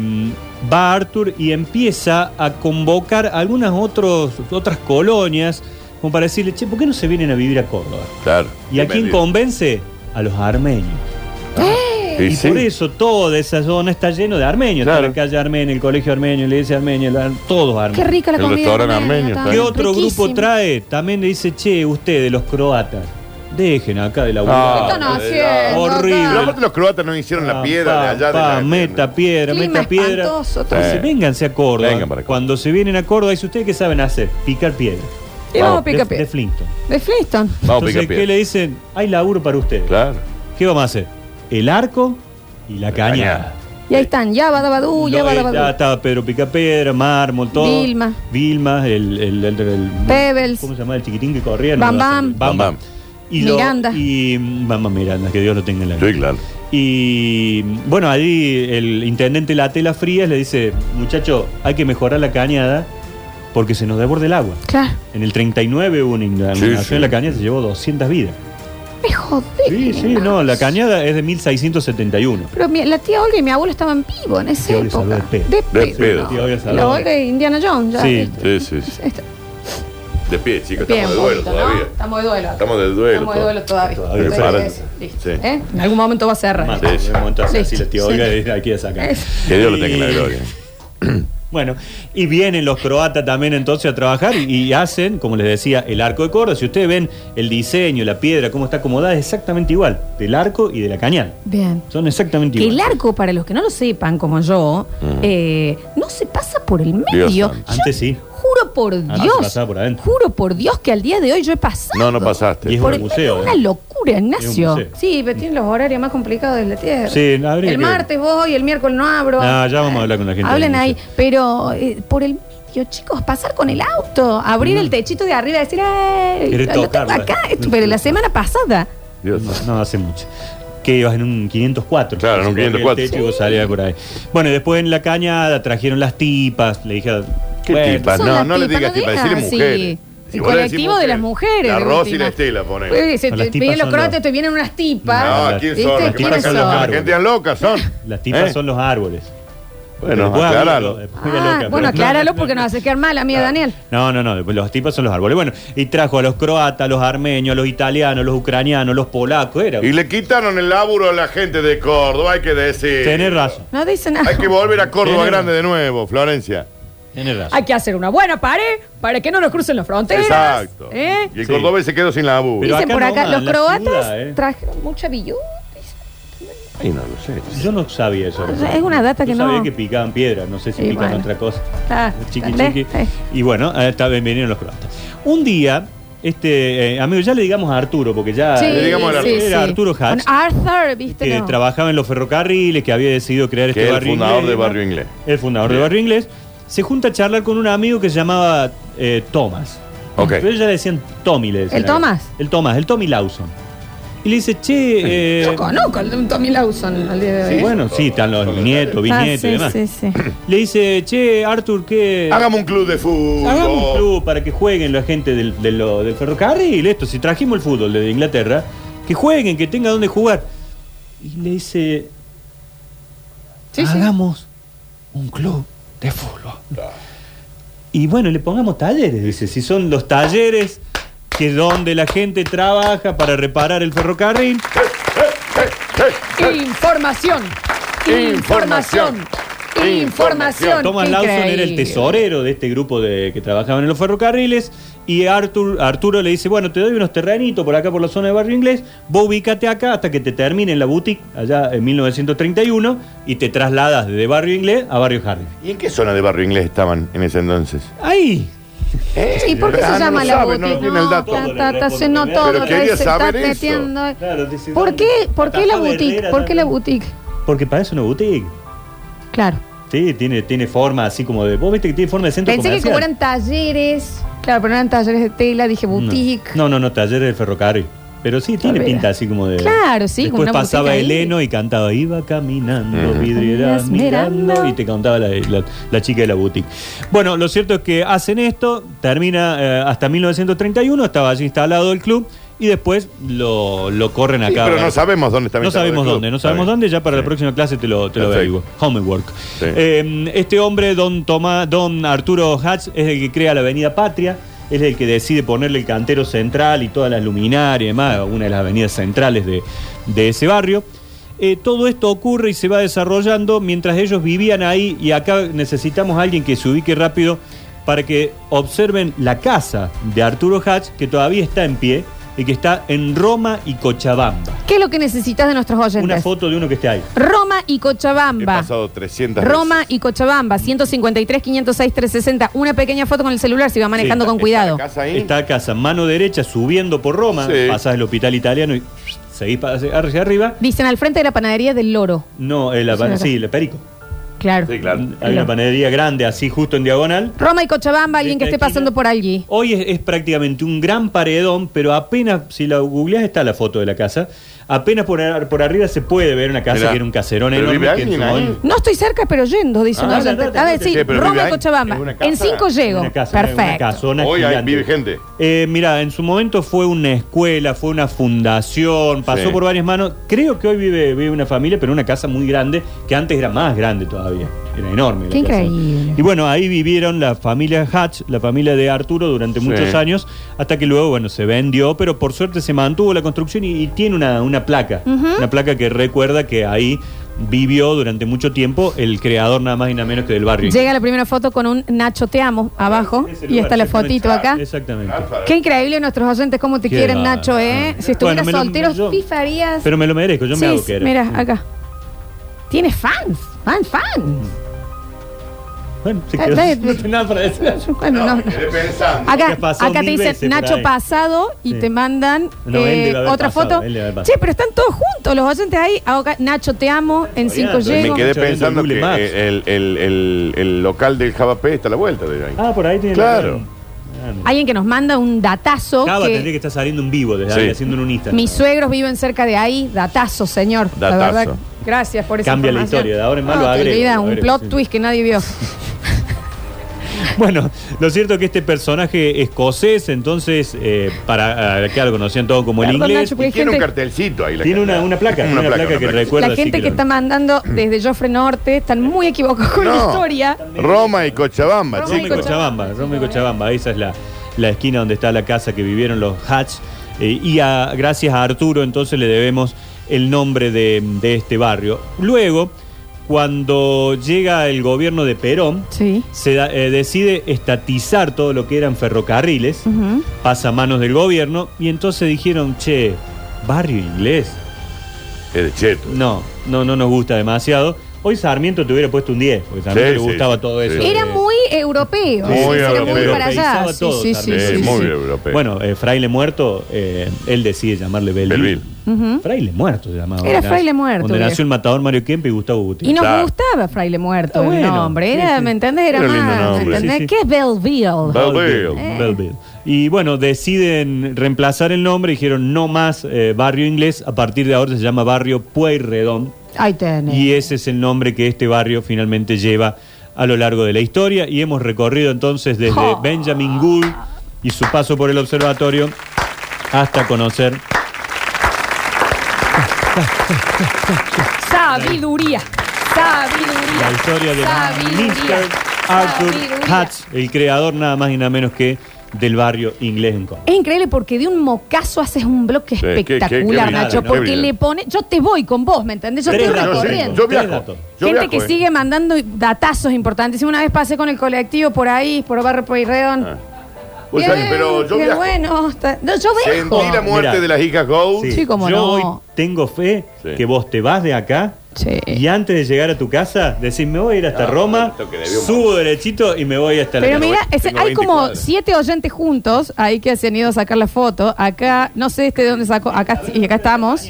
[SPEAKER 3] va Arthur y empieza a convocar algunas otros, otras colonias como para decirle, che, ¿por qué no se vienen a vivir a Córdoba?
[SPEAKER 2] Claro.
[SPEAKER 3] ¿Y a quién convence? A los armenios.
[SPEAKER 2] Y,
[SPEAKER 3] Y
[SPEAKER 2] sí.
[SPEAKER 3] por eso toda esa zona está lleno de armenios.
[SPEAKER 2] Claro.
[SPEAKER 3] Está la calle armenia, el colegio armenio, la iglesia armenia, la- todos
[SPEAKER 1] Qué
[SPEAKER 3] armenios.
[SPEAKER 1] rica la
[SPEAKER 2] El
[SPEAKER 1] comida.
[SPEAKER 2] restaurante
[SPEAKER 1] armenia,
[SPEAKER 2] armenio
[SPEAKER 1] tan
[SPEAKER 2] está
[SPEAKER 3] ¿Qué, otro
[SPEAKER 1] riquísimo.
[SPEAKER 3] grupo trae? También le dice, che, ustedes, los croatas, dejen acá de la
[SPEAKER 2] Ah,
[SPEAKER 1] ¿Qué están
[SPEAKER 2] Ah,
[SPEAKER 1] haciendo?
[SPEAKER 3] horrible.
[SPEAKER 2] Pero
[SPEAKER 1] acá?
[SPEAKER 2] aparte los croatas no hicieron la
[SPEAKER 3] Pa,
[SPEAKER 2] piedra de
[SPEAKER 3] pa,
[SPEAKER 2] allá
[SPEAKER 3] pa,
[SPEAKER 2] de la...
[SPEAKER 3] meta piedra,
[SPEAKER 1] Clima
[SPEAKER 3] meta piedra.
[SPEAKER 1] espantoso, todo.
[SPEAKER 3] Entonces,
[SPEAKER 2] Sí.
[SPEAKER 3] vénganse a Córdoba.
[SPEAKER 2] Vengan para acá.
[SPEAKER 3] Cuando se vienen a Córdoba, dice ustedes qué saben hacer, picar piedra.
[SPEAKER 1] Y vamos a
[SPEAKER 3] De-
[SPEAKER 1] picar
[SPEAKER 3] De,
[SPEAKER 1] piedra.
[SPEAKER 3] Flinton.
[SPEAKER 1] De Flintstone.
[SPEAKER 2] Vamos a
[SPEAKER 3] Entonces,
[SPEAKER 2] picar
[SPEAKER 3] ¿qué
[SPEAKER 2] piedra.
[SPEAKER 3] le dicen? Hay laburo para ustedes.
[SPEAKER 2] Claro.
[SPEAKER 3] ¿Qué vamos a hacer? El arco y la caña.
[SPEAKER 2] cañada.
[SPEAKER 1] Y ahí están, ya
[SPEAKER 3] No,
[SPEAKER 1] badabadú, ya
[SPEAKER 3] eh, ya
[SPEAKER 1] badabadú.
[SPEAKER 3] estaba Pedro Picapiedra, Mármol, todo.
[SPEAKER 1] Vilma.
[SPEAKER 3] Vilma, el. el, el- el-
[SPEAKER 1] Pebbles.
[SPEAKER 3] ¿Cómo se llama el chiquitín que corría? No,
[SPEAKER 1] Bam
[SPEAKER 3] no,
[SPEAKER 1] Bam.
[SPEAKER 3] Bam Bam. Y lo-
[SPEAKER 1] Miranda.
[SPEAKER 3] y mm, Bam Bam Miranda, que Dios lo tenga en la
[SPEAKER 2] Sí,
[SPEAKER 3] gloria.
[SPEAKER 2] claro.
[SPEAKER 3] Y bueno, allí el intendente La Tela Frías le dice, muchacho, hay que mejorar la cañada porque se nos desborde el agua.
[SPEAKER 1] Claro.
[SPEAKER 3] En el 39 hubo una inundación
[SPEAKER 2] Sí, sí.
[SPEAKER 3] en la cañada, se llevó 200 vidas.
[SPEAKER 1] Me jodé.
[SPEAKER 3] Sí, sí, no, la cañada es de 1671.
[SPEAKER 1] Pero mi- la tía Olga y mi abuelo estaban vivos en esa
[SPEAKER 3] Tía Olga
[SPEAKER 1] época.
[SPEAKER 3] salvó de pedo.
[SPEAKER 1] De
[SPEAKER 2] De
[SPEAKER 1] pedo.
[SPEAKER 2] pedo.
[SPEAKER 3] Sí, la tía Olga salvó.
[SPEAKER 1] La Olga y Indiana Jones. Ya.
[SPEAKER 3] Sí.
[SPEAKER 2] Sí, sí, sí.
[SPEAKER 1] Está-
[SPEAKER 2] De pie, chicos,
[SPEAKER 1] Bien,
[SPEAKER 2] estamos de duelo
[SPEAKER 1] poquito, ¿no?
[SPEAKER 2] todavía.
[SPEAKER 1] Estamos de duelo.
[SPEAKER 2] Estamos de duelo.
[SPEAKER 1] Estamos de duelo todavía.
[SPEAKER 3] Todavía.
[SPEAKER 1] Pero
[SPEAKER 2] Prepárate.
[SPEAKER 1] sí, listo.
[SPEAKER 2] Sí.
[SPEAKER 1] ¿Eh? En algún momento va a cerrar.
[SPEAKER 3] Mata,
[SPEAKER 2] Sí.
[SPEAKER 3] me monta así
[SPEAKER 1] Sí.
[SPEAKER 3] la tía Olga y de aquí a sacar.
[SPEAKER 1] Es-
[SPEAKER 2] Que Dios lo tenga en la
[SPEAKER 3] Y-
[SPEAKER 2] gloria.
[SPEAKER 3] Bueno, y vienen los croatas también entonces a trabajar y, y hacen, como les decía, el arco de Córdoba. Si ustedes ven el diseño, la piedra, cómo está acomodada, es exactamente igual, del arco y de la cañada.
[SPEAKER 1] Bien.
[SPEAKER 3] Son exactamente
[SPEAKER 1] Que el
[SPEAKER 3] iguales.
[SPEAKER 1] arco, para los que no lo sepan, como yo, eh, no se pasa por el
[SPEAKER 2] Mm. Dios
[SPEAKER 1] medio.
[SPEAKER 2] santo.
[SPEAKER 3] Antes sí.
[SPEAKER 1] Juro por
[SPEAKER 3] Antes
[SPEAKER 1] Dios.
[SPEAKER 3] pasaba por adentro.
[SPEAKER 1] juro por Dios que al día de hoy yo he pasado.
[SPEAKER 2] No, no pasaste.
[SPEAKER 3] Y es
[SPEAKER 1] Por-
[SPEAKER 3] un museo,
[SPEAKER 1] Es una
[SPEAKER 3] ¿eh?
[SPEAKER 1] locura, Ignacio.
[SPEAKER 3] museo.
[SPEAKER 1] Sí, pero tienen los horarios más complicados de la Tierra.
[SPEAKER 3] Sí, no, habría
[SPEAKER 1] El
[SPEAKER 3] que-
[SPEAKER 1] martes voy, el miércoles no abro.
[SPEAKER 3] No, ya vamos a hablar con la gente
[SPEAKER 1] Hablen
[SPEAKER 3] del
[SPEAKER 1] ahí.
[SPEAKER 3] museo.
[SPEAKER 1] Pero eh, por el medio, chicos, pasar con el auto, abrir el techito de arriba y decir, ¡ay!
[SPEAKER 3] Mm. Querés
[SPEAKER 1] Lo tengo
[SPEAKER 3] tocarla.
[SPEAKER 1] acá. Esto- Pero la semana pasada.
[SPEAKER 2] Dios
[SPEAKER 3] No, no, hace mucho. Que ibas en un 504.
[SPEAKER 2] Claro, en un
[SPEAKER 3] Se corría el
[SPEAKER 2] 504.
[SPEAKER 3] techo y vos salías por ahí. Bueno, y después en la cañada trajeron las tipas. Le dije.
[SPEAKER 2] ¿Qué
[SPEAKER 3] bueno,
[SPEAKER 2] tipa?
[SPEAKER 1] Son
[SPEAKER 2] no,
[SPEAKER 1] las
[SPEAKER 2] no le
[SPEAKER 1] tipas,
[SPEAKER 2] digas
[SPEAKER 1] no
[SPEAKER 2] tipa,
[SPEAKER 1] digas
[SPEAKER 2] decirle
[SPEAKER 1] así. El
[SPEAKER 2] mujeres. vos le decís
[SPEAKER 1] colectivo de las mujeres.
[SPEAKER 2] La
[SPEAKER 1] de
[SPEAKER 2] Rosy y
[SPEAKER 1] última.
[SPEAKER 2] la Estela, ponemos.
[SPEAKER 1] Pues, se-
[SPEAKER 3] No, las
[SPEAKER 1] te-
[SPEAKER 3] tipas
[SPEAKER 1] vienen los
[SPEAKER 3] son
[SPEAKER 1] croates,
[SPEAKER 3] los-
[SPEAKER 1] te vienen unas tipas. Ah,
[SPEAKER 2] No,
[SPEAKER 3] Las
[SPEAKER 2] ¿quién
[SPEAKER 1] ¿Viste?
[SPEAKER 2] son?
[SPEAKER 3] Las
[SPEAKER 2] ¿Quiénes
[SPEAKER 3] tipas
[SPEAKER 2] son?
[SPEAKER 3] son los
[SPEAKER 2] La
[SPEAKER 3] árboles.
[SPEAKER 2] gente es loca, son.
[SPEAKER 3] Las tipas
[SPEAKER 2] ¿Eh?
[SPEAKER 3] son los árboles.
[SPEAKER 2] Bueno,
[SPEAKER 3] Después hablalo,
[SPEAKER 2] acláralo.
[SPEAKER 3] después era
[SPEAKER 1] Ah,
[SPEAKER 3] loca,
[SPEAKER 1] bueno,
[SPEAKER 3] pero-
[SPEAKER 1] acláralo porque nos hace quedar mal a mí,
[SPEAKER 2] Ah.
[SPEAKER 1] a Daniel.
[SPEAKER 3] No, no, no, los tipos son los árboles. Bueno, y trajo a los croatas, los armenios, los italianos, los ucranianos, los polacos, era.
[SPEAKER 2] Y le quitaron el laburo a la gente de Córdoba, hay que decir.
[SPEAKER 3] Tenés razón,
[SPEAKER 1] No dice nada.
[SPEAKER 2] Hay que volver a Córdoba
[SPEAKER 3] Tenés-
[SPEAKER 2] Grande de nuevo, Florencia.
[SPEAKER 3] tenés razón.
[SPEAKER 1] Hay que hacer una buena pared para que no nos crucen las fronteras.
[SPEAKER 2] Exacto.
[SPEAKER 1] ¿eh?
[SPEAKER 2] Y el
[SPEAKER 3] Sí.
[SPEAKER 2] cordobés se quedó sin laburo.
[SPEAKER 3] Pero-
[SPEAKER 1] Dicen
[SPEAKER 3] acá
[SPEAKER 1] por acá,
[SPEAKER 3] nomás,
[SPEAKER 1] los
[SPEAKER 3] en la
[SPEAKER 1] croatas
[SPEAKER 3] ciudad, ¿eh?
[SPEAKER 1] trajeron mucha billú.
[SPEAKER 2] Ay, no lo sé.
[SPEAKER 3] Yo no sabía eso.
[SPEAKER 1] Es una data que
[SPEAKER 3] Yo
[SPEAKER 1] no-
[SPEAKER 3] sabía que picaban piedra, no sé si
[SPEAKER 1] Y
[SPEAKER 3] pican
[SPEAKER 1] bueno.
[SPEAKER 3] otra cosa.
[SPEAKER 1] Ah,
[SPEAKER 3] Chiqui,
[SPEAKER 1] ¿entendés?
[SPEAKER 3] chiqui.
[SPEAKER 1] Eh.
[SPEAKER 3] Y bueno, eh, está bien, vinieron los croatas. Un día, este, eh, amigo, ya le digamos a Arturo, porque ya
[SPEAKER 1] Sí,
[SPEAKER 2] le digamos a
[SPEAKER 1] sí,
[SPEAKER 2] Arturo.
[SPEAKER 1] sí.
[SPEAKER 3] era Arturo Hatch.
[SPEAKER 1] Con Arthur, ¿viste?
[SPEAKER 3] que
[SPEAKER 1] no?
[SPEAKER 3] trabajaba en los ferrocarriles, que había decidido crear
[SPEAKER 2] Que
[SPEAKER 3] este
[SPEAKER 2] es el
[SPEAKER 3] barrio
[SPEAKER 2] fundador
[SPEAKER 3] inglés,
[SPEAKER 2] de
[SPEAKER 3] ¿no?
[SPEAKER 2] Barrio Inglés.
[SPEAKER 3] El fundador de
[SPEAKER 2] Bien.
[SPEAKER 3] Barrio Inglés. Se junta a charlar con un amigo que se llamaba eh, Thomas.
[SPEAKER 2] Ok.
[SPEAKER 3] Pero ellos ya le decían Tommy, le decían.
[SPEAKER 1] ¿El
[SPEAKER 3] a él.
[SPEAKER 1] Thomas?
[SPEAKER 3] El Thomas, el Tommy Lawson. Y le dice, che... eh,
[SPEAKER 1] Yo conozco al Tommy Lawson al día de hoy.
[SPEAKER 3] sí, bueno, sí, están los nietos,
[SPEAKER 1] Ah,
[SPEAKER 3] bisnietos y
[SPEAKER 1] sí,
[SPEAKER 3] demás.
[SPEAKER 1] sí, sí.
[SPEAKER 3] Le dice, che, Arthur, ¿qué...?
[SPEAKER 2] Hagamos un club de fútbol.
[SPEAKER 3] eh, Hagamos un club para que jueguen la gente del, de lo- del ferrocarril, esto, si trajimos el fútbol de Inglaterra, que jueguen, que tengan donde jugar. Y le dice,
[SPEAKER 1] Sí, sí.
[SPEAKER 3] hagamos un club de fútbol. Y bueno, le pongamos talleres, dice, si son los talleres que donde la gente trabaja para reparar el ferrocarril.
[SPEAKER 1] Información. Información. Información.
[SPEAKER 3] Thomas
[SPEAKER 1] Qué
[SPEAKER 3] Lawson era el
[SPEAKER 1] increíble.
[SPEAKER 3] tesorero de este grupo de, que trabajaban en los ferrocarriles y Artur- Arturo le dice, bueno, te doy unos terrenitos por acá por la zona de Barrio Inglés, vos ubícate acá hasta que te termine en la boutique allá en 1931 y te trasladas de Barrio Inglés a Barrio Hardy.
[SPEAKER 2] ¿Y en qué zona de barrio inglés estaban en ese entonces?
[SPEAKER 3] Ahí.
[SPEAKER 1] ¿Y por qué
[SPEAKER 2] Ah,
[SPEAKER 1] se
[SPEAKER 2] no
[SPEAKER 1] llama
[SPEAKER 2] lo
[SPEAKER 1] la
[SPEAKER 2] sabe,
[SPEAKER 1] boutique?
[SPEAKER 2] no lo tiene el dato.
[SPEAKER 1] ta, ta, ta, se- no,
[SPEAKER 3] Pero
[SPEAKER 1] todo,
[SPEAKER 2] quería
[SPEAKER 1] se está
[SPEAKER 2] saber eso.
[SPEAKER 1] metiendo-
[SPEAKER 3] Claro, dice,
[SPEAKER 1] ¿Por
[SPEAKER 3] ¿dónde?
[SPEAKER 1] qué, por qué la
[SPEAKER 3] Atajado
[SPEAKER 1] boutique?
[SPEAKER 3] Herrera,
[SPEAKER 1] ¿Por qué la
[SPEAKER 3] dale.
[SPEAKER 1] boutique?
[SPEAKER 3] Porque parece una boutique.
[SPEAKER 1] Claro.
[SPEAKER 3] Sí, tiene, tiene forma así como de. Vos viste que tiene forma de centro
[SPEAKER 1] Pensé que
[SPEAKER 3] comercial.
[SPEAKER 1] como eran talleres. Claro, pero no eran talleres de tela, dije boutique.
[SPEAKER 3] No, no, no, taller de ferrocarril. Pero sí, tiene
[SPEAKER 1] Olvida.
[SPEAKER 3] pinta así como de.
[SPEAKER 1] Claro, sí, como
[SPEAKER 3] Después
[SPEAKER 1] una
[SPEAKER 3] pasaba
[SPEAKER 1] boutique ahí.
[SPEAKER 3] el heno y cantaba, iba caminando,
[SPEAKER 2] Ujú.
[SPEAKER 3] vidrieras
[SPEAKER 1] Ibas
[SPEAKER 3] mirando.
[SPEAKER 1] mirando.
[SPEAKER 3] Y te cantaba la, la- la chica de la boutique. Bueno, lo cierto es que hacen esto, termina eh, hasta 1931, estaba allí instalado el club. Y después lo, lo corren acá.
[SPEAKER 2] Sí, pero no
[SPEAKER 3] Bueno,
[SPEAKER 2] sabemos dónde está
[SPEAKER 3] no
[SPEAKER 2] instalado el
[SPEAKER 3] sabemos
[SPEAKER 2] club.
[SPEAKER 3] dónde, no
[SPEAKER 2] Está
[SPEAKER 3] sabemos
[SPEAKER 2] bien.
[SPEAKER 3] dónde, ya para la
[SPEAKER 2] Sí.
[SPEAKER 3] próxima clase te lo, te lo
[SPEAKER 2] Perfecto.
[SPEAKER 3] averiguo. Homework.
[SPEAKER 2] Sí.
[SPEAKER 3] Eh, este hombre, don, Toma, don Arturo Hatch, es el que crea la Avenida Patria, es el que decide ponerle el cantero central y todas las luminarias y demás, una de las avenidas centrales de, de ese barrio. Eh, todo esto ocurre y se va desarrollando mientras ellos vivían ahí y acá necesitamos a alguien que se ubique rápido para que observen la casa de Arturo Hatch que todavía está en pie y que está en Roma y Cochabamba.
[SPEAKER 1] ¿Qué es lo que necesitas de nuestros
[SPEAKER 3] Una
[SPEAKER 1] oyentes?
[SPEAKER 3] foto de uno que esté ahí.
[SPEAKER 1] Roma y
[SPEAKER 2] He
[SPEAKER 1] Cochabamba.
[SPEAKER 2] pasado 300
[SPEAKER 1] Roma
[SPEAKER 2] veces.
[SPEAKER 1] y Cochabamba, 153, 506, 360. Una pequeña foto con el celular si va manejando
[SPEAKER 3] Sí,
[SPEAKER 1] con
[SPEAKER 2] ¿Está
[SPEAKER 1] cuidado.
[SPEAKER 2] la casa ahí?
[SPEAKER 3] Está casa mano derecha subiendo por Roma,
[SPEAKER 2] Sí.
[SPEAKER 3] pasás el hospital italiano y seguís pa- hacia arriba.
[SPEAKER 1] Dicen al frente de la panadería del Loro.
[SPEAKER 3] No, eh, la
[SPEAKER 1] Sí,
[SPEAKER 3] pan-
[SPEAKER 1] acá.
[SPEAKER 3] sí, el perico.
[SPEAKER 1] Claro.
[SPEAKER 2] Sí, claro.
[SPEAKER 3] Hay una panadería grande así justo en diagonal.
[SPEAKER 1] Roma y Cochabamba, alguien que
[SPEAKER 3] Esta
[SPEAKER 1] esté
[SPEAKER 3] esquina.
[SPEAKER 1] pasando por allí.
[SPEAKER 3] Hoy es, es prácticamente un gran paredón, pero apenas, si la googleás está la foto de la casa, apenas por, ar- por arriba se puede ver una casa
[SPEAKER 2] Mirá.
[SPEAKER 3] que era un caserón
[SPEAKER 2] ¿Pero
[SPEAKER 3] enorme.
[SPEAKER 2] vive
[SPEAKER 3] que en
[SPEAKER 2] alguien
[SPEAKER 3] su
[SPEAKER 2] ahí?
[SPEAKER 3] momento-
[SPEAKER 1] No estoy cerca, pero yendo, dice
[SPEAKER 3] Ah,
[SPEAKER 1] un oyente.
[SPEAKER 3] andate,
[SPEAKER 1] A ver,
[SPEAKER 3] andate.
[SPEAKER 1] sí,
[SPEAKER 2] Sí, pero vive
[SPEAKER 1] Roma y
[SPEAKER 2] ahí.
[SPEAKER 1] Cochabamba.
[SPEAKER 2] Es una casa.
[SPEAKER 1] En cinco llego.
[SPEAKER 3] Una casa, una- una
[SPEAKER 1] Perfecto.
[SPEAKER 3] casona
[SPEAKER 2] Hoy hay-
[SPEAKER 3] gigante.
[SPEAKER 2] vive gente.
[SPEAKER 3] Eh, mira, en su momento fue una escuela, fue una fundación, pasó
[SPEAKER 2] Sí.
[SPEAKER 3] por varias manos. Creo que hoy vive, vive una familia, pero una casa muy grande, que antes era más grande todavía. Era enorme. la
[SPEAKER 1] Qué
[SPEAKER 3] casa.
[SPEAKER 1] increíble.
[SPEAKER 3] Y bueno, ahí vivieron la familia Hatch, la familia de Arturo, durante
[SPEAKER 2] Sí.
[SPEAKER 3] muchos años, hasta que luego, bueno, se vendió, pero por suerte se mantuvo la construcción y, y tiene una, una placa. Una placa que recuerda que ahí vivió durante mucho tiempo el creador nada más y nada menos que del barrio.
[SPEAKER 1] Llega la primera foto con un Nacho Te Amo abajo.
[SPEAKER 3] Ese
[SPEAKER 1] Y
[SPEAKER 3] lugar,
[SPEAKER 1] está la
[SPEAKER 3] exactamente.
[SPEAKER 1] fotito acá.
[SPEAKER 3] Exactamente.
[SPEAKER 1] Qué increíble nuestros oyentes, cómo te
[SPEAKER 3] Qué
[SPEAKER 1] quieren,
[SPEAKER 3] bárbaro.
[SPEAKER 1] Nacho, ¿eh? Si
[SPEAKER 3] Bueno,
[SPEAKER 1] estuvieras
[SPEAKER 3] me lo-
[SPEAKER 1] soltero,
[SPEAKER 3] yo-
[SPEAKER 1] pifarías.
[SPEAKER 3] Pero me lo merezco, yo me
[SPEAKER 1] Sí,
[SPEAKER 3] hago
[SPEAKER 1] sí,
[SPEAKER 3] querer.
[SPEAKER 1] Mira,
[SPEAKER 3] Mm.
[SPEAKER 1] acá. Tienes fans, fan, fan.
[SPEAKER 3] Bueno, se
[SPEAKER 1] Ah,
[SPEAKER 3] quedó.
[SPEAKER 1] dale.
[SPEAKER 3] (laughs) No tengo nada para decir.
[SPEAKER 1] Bueno, no, no.
[SPEAKER 2] Quedé pensando.
[SPEAKER 1] Acá,
[SPEAKER 3] Ya pasó
[SPEAKER 1] acá te
[SPEAKER 3] mil
[SPEAKER 1] dicen
[SPEAKER 3] veces por
[SPEAKER 1] Nacho
[SPEAKER 3] ahí.
[SPEAKER 1] pasado y
[SPEAKER 3] Sí.
[SPEAKER 1] te mandan
[SPEAKER 3] No,
[SPEAKER 1] eh,
[SPEAKER 3] él debe haber
[SPEAKER 1] otra
[SPEAKER 3] pasado,
[SPEAKER 1] foto.
[SPEAKER 3] él debe haber
[SPEAKER 1] Che,
[SPEAKER 3] pasado.
[SPEAKER 1] pero están todos juntos, los oyentes ahí. Ah, acá, Nacho, te amo, en cinco
[SPEAKER 3] Estoy
[SPEAKER 2] Me
[SPEAKER 1] llego.
[SPEAKER 2] quedé
[SPEAKER 3] Estoy viendo
[SPEAKER 2] pensando
[SPEAKER 3] Google
[SPEAKER 2] que
[SPEAKER 3] Maps.
[SPEAKER 2] eh, el, el, el, el local del Javapé está a la vuelta de ahí.
[SPEAKER 3] Ah, por ahí tiene
[SPEAKER 2] Claro.
[SPEAKER 3] la- Ah, no.
[SPEAKER 1] Alguien que nos manda un datazo.
[SPEAKER 3] Cava
[SPEAKER 1] que
[SPEAKER 3] tendría que estar saliendo en vivo desde ahí,
[SPEAKER 2] Sí.
[SPEAKER 3] haciendo un Instagram.
[SPEAKER 1] Mis suegros viven cerca de ahí. Datazo, señor. La
[SPEAKER 2] Datazo.
[SPEAKER 1] verdad, gracias por esa
[SPEAKER 3] Cambia la
[SPEAKER 1] información.
[SPEAKER 3] historia, de ahora en más
[SPEAKER 1] No,
[SPEAKER 3] lo
[SPEAKER 1] te
[SPEAKER 3] agrego,
[SPEAKER 1] olvidas,
[SPEAKER 3] lo
[SPEAKER 1] un
[SPEAKER 3] agrego,
[SPEAKER 1] plot
[SPEAKER 3] sí.
[SPEAKER 1] twist que nadie
[SPEAKER 3] (laughs)
[SPEAKER 1] vio.
[SPEAKER 3] Bueno, lo cierto es que este personaje escocés, entonces, eh, para eh, que lo conocían todo como el
[SPEAKER 1] Perdón,
[SPEAKER 3] inglés,
[SPEAKER 1] Nacho, porque hay
[SPEAKER 2] Tiene un
[SPEAKER 1] pues, gente-
[SPEAKER 2] cartelcito ahí. la
[SPEAKER 3] tiene
[SPEAKER 2] cara.
[SPEAKER 3] una, una placa,
[SPEAKER 2] Una
[SPEAKER 3] una,
[SPEAKER 2] placa,
[SPEAKER 3] placa,
[SPEAKER 2] una
[SPEAKER 3] que
[SPEAKER 2] placa.
[SPEAKER 3] recuerda.
[SPEAKER 1] la
[SPEAKER 3] sí,
[SPEAKER 1] gente que
[SPEAKER 3] lo-
[SPEAKER 1] está
[SPEAKER 3] (clears throat)
[SPEAKER 1] mandando desde Joffre Norte están muy equivocados con la
[SPEAKER 2] No.
[SPEAKER 1] historia.
[SPEAKER 2] Roma y Cochabamba,
[SPEAKER 1] Roma
[SPEAKER 3] Roma y
[SPEAKER 2] chicos.
[SPEAKER 3] Cochabamba,
[SPEAKER 1] Cochabamba,
[SPEAKER 3] Roma y Cochabamba, esa es la, la esquina donde está la casa que vivieron los Hatch. eh, y a- gracias a Arturo entonces le debemos el nombre de, de este barrio. Luego, cuando llega el gobierno de Perón,
[SPEAKER 1] Sí.
[SPEAKER 3] se da- eh, decide estatizar todo lo que eran ferrocarriles, pasa a manos del gobierno, y entonces dijeron, che, barrio inglés.
[SPEAKER 2] Es de cheto.
[SPEAKER 3] No, no, no nos gusta demasiado. Hoy Sarmiento te hubiera puesto un 10, porque Sarmiento
[SPEAKER 2] Sí,
[SPEAKER 3] le
[SPEAKER 2] sí,
[SPEAKER 3] gustaba
[SPEAKER 2] sí,
[SPEAKER 3] todo
[SPEAKER 2] sí.
[SPEAKER 3] eso.
[SPEAKER 1] Era
[SPEAKER 3] de-
[SPEAKER 1] muy europeo.
[SPEAKER 2] Muy
[SPEAKER 1] sí, Era muy
[SPEAKER 2] europeo.
[SPEAKER 1] para allá.
[SPEAKER 3] Europeizaba todo también.
[SPEAKER 2] sí, Eh, sí, muy sí. europeo.
[SPEAKER 3] Bueno, eh, Fraile Muerto, eh, él decide llamarle Belleville.
[SPEAKER 2] Belleville.
[SPEAKER 1] Ujú.
[SPEAKER 3] Fraile Muerto se llamaba.
[SPEAKER 1] Era
[SPEAKER 3] ¿verdad?
[SPEAKER 1] Fraile Muerto,
[SPEAKER 3] Donde
[SPEAKER 1] viejo.
[SPEAKER 3] nació el matador Mario Kempe y Gustavo Gutiérrez.
[SPEAKER 1] Y nos
[SPEAKER 2] Claro.
[SPEAKER 1] gustaba Fraile Muerto
[SPEAKER 3] Ah,
[SPEAKER 1] el
[SPEAKER 3] bueno.
[SPEAKER 1] nombre.
[SPEAKER 3] Sí,
[SPEAKER 1] Era,
[SPEAKER 3] sí.
[SPEAKER 1] ¿me entendés? Era,
[SPEAKER 2] Era un lindo
[SPEAKER 1] más. ¿me
[SPEAKER 2] nombre.
[SPEAKER 1] entendés?
[SPEAKER 3] Sí, sí.
[SPEAKER 1] ¿Qué es Belleville?
[SPEAKER 2] Ba- Belleville.
[SPEAKER 3] Belleville.
[SPEAKER 1] Eh.
[SPEAKER 3] Belleville. Eh. Y bueno, deciden reemplazar el nombre, dijeron no más eh, barrio inglés, a partir de ahora se llama barrio Pueyrredón.
[SPEAKER 1] Ahí tenés.
[SPEAKER 3] Y ese es el nombre que este barrio finalmente lleva a lo largo de la historia. Y hemos recorrido entonces desde
[SPEAKER 1] Oh.
[SPEAKER 3] Benjamin Gould y su paso por el observatorio hasta conocer
[SPEAKER 1] Sabiduría. Sabiduría.
[SPEAKER 3] La historia de
[SPEAKER 1] Sabiduría.
[SPEAKER 3] Mr. Arthur
[SPEAKER 1] Sabiduría.
[SPEAKER 3] Hatch, el creador nada más y nada menos que del barrio inglés en Córdoba.
[SPEAKER 1] Es increíble porque de un mocazo haces un bloque
[SPEAKER 2] Sí, qué- qué- qué
[SPEAKER 1] espectacular,
[SPEAKER 2] brillante,
[SPEAKER 1] Nacho.
[SPEAKER 3] qué
[SPEAKER 1] Porque
[SPEAKER 2] brillante.
[SPEAKER 1] le pone. Yo te voy con vos, ¿me entendés? Yo
[SPEAKER 3] Tres
[SPEAKER 1] estoy
[SPEAKER 3] datos.
[SPEAKER 2] Yo, sí,
[SPEAKER 1] recorriendo.
[SPEAKER 2] yo
[SPEAKER 3] Tres
[SPEAKER 2] viajo.
[SPEAKER 3] datos.
[SPEAKER 2] Yo
[SPEAKER 1] Gente
[SPEAKER 2] viajo,
[SPEAKER 1] que
[SPEAKER 2] eh.
[SPEAKER 1] sigue mandando datazos importantes. Una vez pasé con el colectivo por ahí, por Barrio Pueyrredón.
[SPEAKER 2] Ah. Vos sabés,
[SPEAKER 1] Bien,
[SPEAKER 2] pero yo
[SPEAKER 1] qué
[SPEAKER 2] viajo.
[SPEAKER 1] bueno. está- no, yo viajo.
[SPEAKER 2] Sentí la muerte
[SPEAKER 3] Mirá.
[SPEAKER 2] de las hijas Gold.
[SPEAKER 1] Sí, cómo
[SPEAKER 3] Yo
[SPEAKER 1] no.
[SPEAKER 3] hoy tengo fe
[SPEAKER 2] Sí.
[SPEAKER 3] que vos te vas de acá
[SPEAKER 1] Sí.
[SPEAKER 3] y antes de llegar a tu casa decís, me voy a ir hasta
[SPEAKER 2] No,
[SPEAKER 3] Roma,
[SPEAKER 2] esto que debió
[SPEAKER 3] subo derechito y me voy hasta
[SPEAKER 1] Pero
[SPEAKER 3] la
[SPEAKER 1] mira,
[SPEAKER 2] voy-
[SPEAKER 1] ese-
[SPEAKER 2] tengo
[SPEAKER 1] hay
[SPEAKER 2] 20
[SPEAKER 1] como
[SPEAKER 2] cuadras.
[SPEAKER 1] siete oyentes juntos ahí que se han ido a sacar la foto. Acá, no sé este de dónde sacó. Acá, y acá estamos.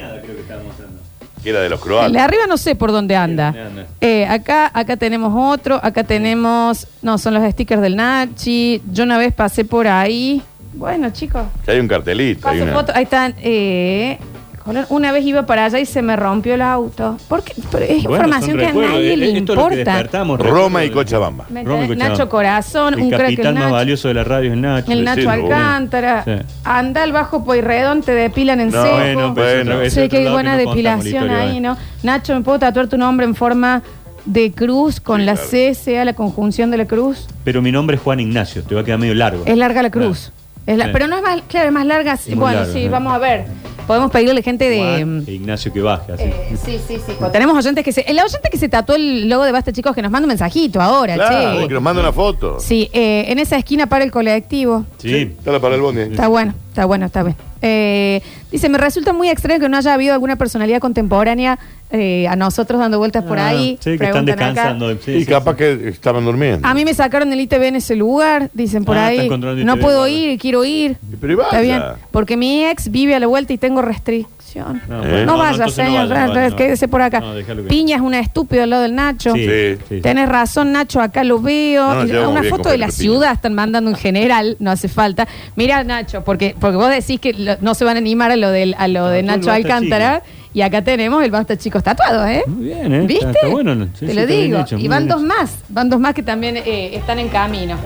[SPEAKER 2] Que era de los
[SPEAKER 1] El de
[SPEAKER 2] croatas.
[SPEAKER 1] arriba no sé por dónde anda.
[SPEAKER 3] Sí, anda.
[SPEAKER 1] Eh, acá, acá tenemos otro, acá tenemos. No, son los stickers del Nachi. Yo una vez pasé por ahí. Bueno, chicos,
[SPEAKER 2] Que hay un cartelito. Hay
[SPEAKER 1] paso
[SPEAKER 2] una-
[SPEAKER 1] foto. Ahí están. eh, color. una vez iba para allá y se me rompió el auto. Porque es
[SPEAKER 3] Bueno,
[SPEAKER 1] información
[SPEAKER 3] son
[SPEAKER 1] que a
[SPEAKER 3] recuerdos.
[SPEAKER 1] nadie
[SPEAKER 3] Eh,
[SPEAKER 1] le
[SPEAKER 3] esto es lo que
[SPEAKER 1] importa.
[SPEAKER 3] despertamos,
[SPEAKER 2] Roma y
[SPEAKER 3] recuerdos.
[SPEAKER 2] Cochabamba.
[SPEAKER 1] ¿Me
[SPEAKER 3] Roma y
[SPEAKER 1] entendés?
[SPEAKER 3] Cochabamba.
[SPEAKER 1] Nacho Corazón,
[SPEAKER 3] El
[SPEAKER 1] un crack
[SPEAKER 3] capitán
[SPEAKER 1] el
[SPEAKER 3] más
[SPEAKER 1] Nacho.
[SPEAKER 3] valioso de la radio es Nacho.
[SPEAKER 1] El
[SPEAKER 2] Sí,
[SPEAKER 1] Nacho
[SPEAKER 2] sí,
[SPEAKER 1] Alcántara.
[SPEAKER 3] sí.
[SPEAKER 1] Anda al bajo Poirredón, te depilan en
[SPEAKER 2] No,
[SPEAKER 1] seco.
[SPEAKER 3] Bueno, pero
[SPEAKER 2] Bueno.
[SPEAKER 3] es otro- es
[SPEAKER 1] Sí,
[SPEAKER 3] otro
[SPEAKER 1] qué
[SPEAKER 3] lado
[SPEAKER 1] buena
[SPEAKER 3] que no contamos la
[SPEAKER 1] depilación
[SPEAKER 3] historia,
[SPEAKER 1] ahí,
[SPEAKER 3] ¿eh?
[SPEAKER 1] ¿no? Nacho, ¿me puedo tatuar tu nombre en forma de cruz con
[SPEAKER 2] Sí,
[SPEAKER 1] la
[SPEAKER 2] claro.
[SPEAKER 1] C, sea la conjunción de la cruz?
[SPEAKER 3] Pero mi nombre es Juan Ignacio, te va a quedar medio largo.
[SPEAKER 1] Es larga la cruz. Es la-
[SPEAKER 3] Ah. Sí.
[SPEAKER 1] Pero no es más, claro, es más larga. sí,
[SPEAKER 3] muy
[SPEAKER 1] bueno,
[SPEAKER 3] larga,
[SPEAKER 1] sí,
[SPEAKER 3] sí.
[SPEAKER 1] vamos a ver. Podemos pedirle a la gente de... mm,
[SPEAKER 3] Juan e Ignacio que baje, así.
[SPEAKER 1] eh, sí, sí, sí. cuando Tenemos oyentes que se... El oyente que se tatuó el logo de Basta, chicos, que nos manda un mensajito ahora,
[SPEAKER 2] Claro,
[SPEAKER 1] che.
[SPEAKER 2] que nos manda una foto.
[SPEAKER 1] Sí, eh, en esa esquina para el colectivo.
[SPEAKER 3] sí.
[SPEAKER 2] Está la para el bondi.
[SPEAKER 1] Está bueno, está bueno, está bien. Eh, dice, me resulta muy extraño que no haya habido alguna personalidad contemporánea eh, a nosotros dando vueltas por
[SPEAKER 3] Ah,
[SPEAKER 1] ahí.
[SPEAKER 3] Sí, que están
[SPEAKER 1] Preguntan acá.
[SPEAKER 3] descansando. sí,
[SPEAKER 2] Y
[SPEAKER 3] sí,
[SPEAKER 2] capaz
[SPEAKER 3] sí.
[SPEAKER 2] que estaban durmiendo.
[SPEAKER 1] A mí me sacaron el ITV en ese lugar, dicen por
[SPEAKER 3] Ah,
[SPEAKER 1] ahí.
[SPEAKER 3] están controlando
[SPEAKER 1] No
[SPEAKER 3] ITV,
[SPEAKER 1] puedo
[SPEAKER 3] guarda.
[SPEAKER 1] ir, quiero ir.
[SPEAKER 2] Pero y vaya.
[SPEAKER 1] Está bien, porque mi ex vive a la vuelta y tengo restricción.
[SPEAKER 3] No,
[SPEAKER 1] No,
[SPEAKER 2] bueno,
[SPEAKER 3] Ah, no, no,
[SPEAKER 1] vaya,
[SPEAKER 3] entonces no
[SPEAKER 1] señor,
[SPEAKER 3] vaya, no vaya, no.
[SPEAKER 1] quédese por acá.
[SPEAKER 3] No, déjalo que-
[SPEAKER 1] Piña es una estúpida al lado del Nacho.
[SPEAKER 3] Sí,
[SPEAKER 2] Sí.
[SPEAKER 3] sí.
[SPEAKER 1] Tenés razón, Nacho, acá lo veo.
[SPEAKER 2] No, nos
[SPEAKER 1] Y
[SPEAKER 2] llevamos
[SPEAKER 1] una
[SPEAKER 2] bien
[SPEAKER 1] foto
[SPEAKER 2] con
[SPEAKER 1] de la
[SPEAKER 2] Pedro Piña.
[SPEAKER 1] ciudad están mandando en general, no hace falta. Mira, Nacho, porque, porque vos decís que lo- no se van a animar a lo, del, a lo
[SPEAKER 3] No,
[SPEAKER 1] de
[SPEAKER 3] tú
[SPEAKER 1] Nacho
[SPEAKER 3] lo basta
[SPEAKER 1] Alcántara. Y acá tenemos el Basta Chicos tatuado, ¿eh?
[SPEAKER 3] Muy bien, ¿eh?
[SPEAKER 1] ¿Viste?
[SPEAKER 3] Está- está bueno, ¿no? Sí, sí,
[SPEAKER 1] Te lo
[SPEAKER 3] está bien
[SPEAKER 1] digo.
[SPEAKER 3] hecho,
[SPEAKER 1] y
[SPEAKER 3] muy
[SPEAKER 1] van
[SPEAKER 3] bien
[SPEAKER 1] dos
[SPEAKER 3] hecho.
[SPEAKER 1] más, van dos más que también eh, están en camino.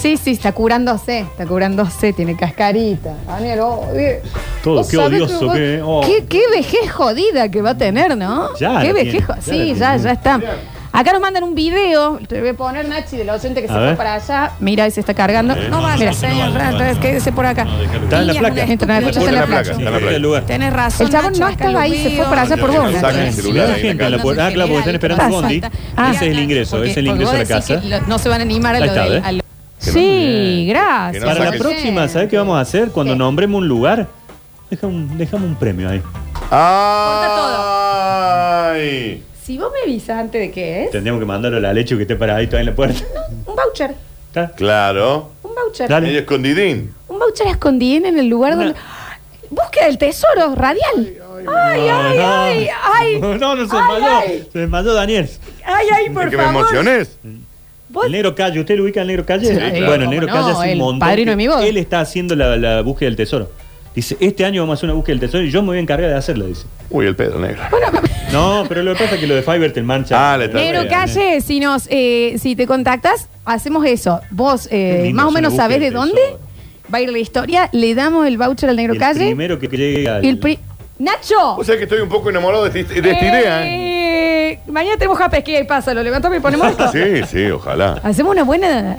[SPEAKER 1] Sí, sí, está curándose, está curándose, tiene cascarita. Daniel, oh, eh.
[SPEAKER 3] Todo,
[SPEAKER 1] Vos
[SPEAKER 3] qué
[SPEAKER 1] sabés
[SPEAKER 3] odioso
[SPEAKER 1] vos-
[SPEAKER 3] que- oh.
[SPEAKER 1] qué, qué vejez jodida que va a tener, ¿no?
[SPEAKER 3] Ya
[SPEAKER 1] Qué
[SPEAKER 3] la tiene,
[SPEAKER 1] vejez
[SPEAKER 3] ya
[SPEAKER 1] jo-
[SPEAKER 3] la
[SPEAKER 1] Sí,
[SPEAKER 3] tiene.
[SPEAKER 1] ya, ya está. Acá nos mandan un video, te voy a poner Nachi del docente que
[SPEAKER 3] A
[SPEAKER 1] se fue
[SPEAKER 3] ver.
[SPEAKER 1] para allá. Mira, se está cargando. No vale, señor, entonces quédese por acá.
[SPEAKER 3] Está en la
[SPEAKER 1] Piña,
[SPEAKER 3] placa.
[SPEAKER 1] una- Está
[SPEAKER 2] Está en la placa.
[SPEAKER 3] Sí,
[SPEAKER 2] Está en la
[SPEAKER 3] está el
[SPEAKER 2] placa.
[SPEAKER 3] lugar.
[SPEAKER 1] Tenés razón.
[SPEAKER 5] El chabón no estaba ahí, se fue para allá
[SPEAKER 2] por vos, Nacho. el celular ahí
[SPEAKER 3] Sí,
[SPEAKER 2] en la
[SPEAKER 3] gente,
[SPEAKER 2] calle.
[SPEAKER 3] la puerta- ah, claro, porque están esperando el bondi.
[SPEAKER 1] Ah.
[SPEAKER 3] Ese es el ingreso, ese es el ingreso a la casa.
[SPEAKER 1] No se van a animar a
[SPEAKER 3] Ahí
[SPEAKER 1] lo
[SPEAKER 3] está,
[SPEAKER 1] del.
[SPEAKER 3] ¿eh?
[SPEAKER 1] a lo-
[SPEAKER 2] Que no-
[SPEAKER 1] Sí,
[SPEAKER 2] que
[SPEAKER 1] gracias.
[SPEAKER 2] no
[SPEAKER 3] Para la
[SPEAKER 2] saques-
[SPEAKER 3] próxima, ¿sabes qué vamos a hacer? Cuando
[SPEAKER 1] ¿Qué?
[SPEAKER 3] nombremos un lugar, deja un- dejamos un premio ahí.
[SPEAKER 2] Ay.
[SPEAKER 1] Si vos me avisas antes de qué es,
[SPEAKER 3] Tendríamos que mandarlo a la leche que esté paradito ahí en la puerta. (laughs)
[SPEAKER 1] un voucher.
[SPEAKER 3] ¿Está?
[SPEAKER 2] Claro.
[SPEAKER 1] Un voucher.
[SPEAKER 3] Dale.
[SPEAKER 2] Medio escondidín.
[SPEAKER 1] Un voucher escondido en el lugar
[SPEAKER 3] Una-
[SPEAKER 1] donde. Búsqueda del tesoro radial. Ay, ay, ay, ay.
[SPEAKER 3] (laughs) No, no, se
[SPEAKER 1] Ay,
[SPEAKER 3] desmayó.
[SPEAKER 1] ay.
[SPEAKER 3] Se desmayó Daniel.
[SPEAKER 1] Ay, ay, por
[SPEAKER 2] que me
[SPEAKER 1] favor.
[SPEAKER 2] emociones.
[SPEAKER 1] Vos-
[SPEAKER 3] El negro calle, ¿usted lo ubica al negro calle?
[SPEAKER 1] Sí, claro.
[SPEAKER 3] Bueno, el
[SPEAKER 1] ¿Cómo
[SPEAKER 3] negro
[SPEAKER 1] no?
[SPEAKER 3] calle hace
[SPEAKER 1] El
[SPEAKER 3] un montón.
[SPEAKER 1] padrino
[SPEAKER 3] que
[SPEAKER 1] de mi boda.
[SPEAKER 3] Él está haciendo la, la búsqueda del tesoro. Dice, este año vamos a hacer una búsqueda del tesoro y yo me voy a encargar de hacerla, dice.
[SPEAKER 2] Uy, el pedo negro.
[SPEAKER 3] No, pero lo que pasa es que lo de Fiverr te mancha.
[SPEAKER 2] Ah, le está-
[SPEAKER 1] Negro Calle, si nos, eh, si te contactas, hacemos eso. Vos eh,
[SPEAKER 3] Qué lindo,
[SPEAKER 1] más o
[SPEAKER 3] es una
[SPEAKER 1] menos sabés de
[SPEAKER 3] búsqueda del
[SPEAKER 1] dónde
[SPEAKER 3] tesoro.
[SPEAKER 1] va a ir la historia, le damos el voucher al Negro
[SPEAKER 3] El
[SPEAKER 1] Calle.
[SPEAKER 3] primero que llegue al-
[SPEAKER 1] Y el pri- ¡Nacho!
[SPEAKER 2] O sea que estoy un poco enamorado de, este- de esta idea,
[SPEAKER 1] Eh,
[SPEAKER 2] ¿eh?
[SPEAKER 1] Mañana tenemos Japa Esquina y pásalo, levantamos y
[SPEAKER 3] (laughs)
[SPEAKER 1] ponemos esto.
[SPEAKER 2] Sí, sí, ojalá.
[SPEAKER 1] Hacemos una buena.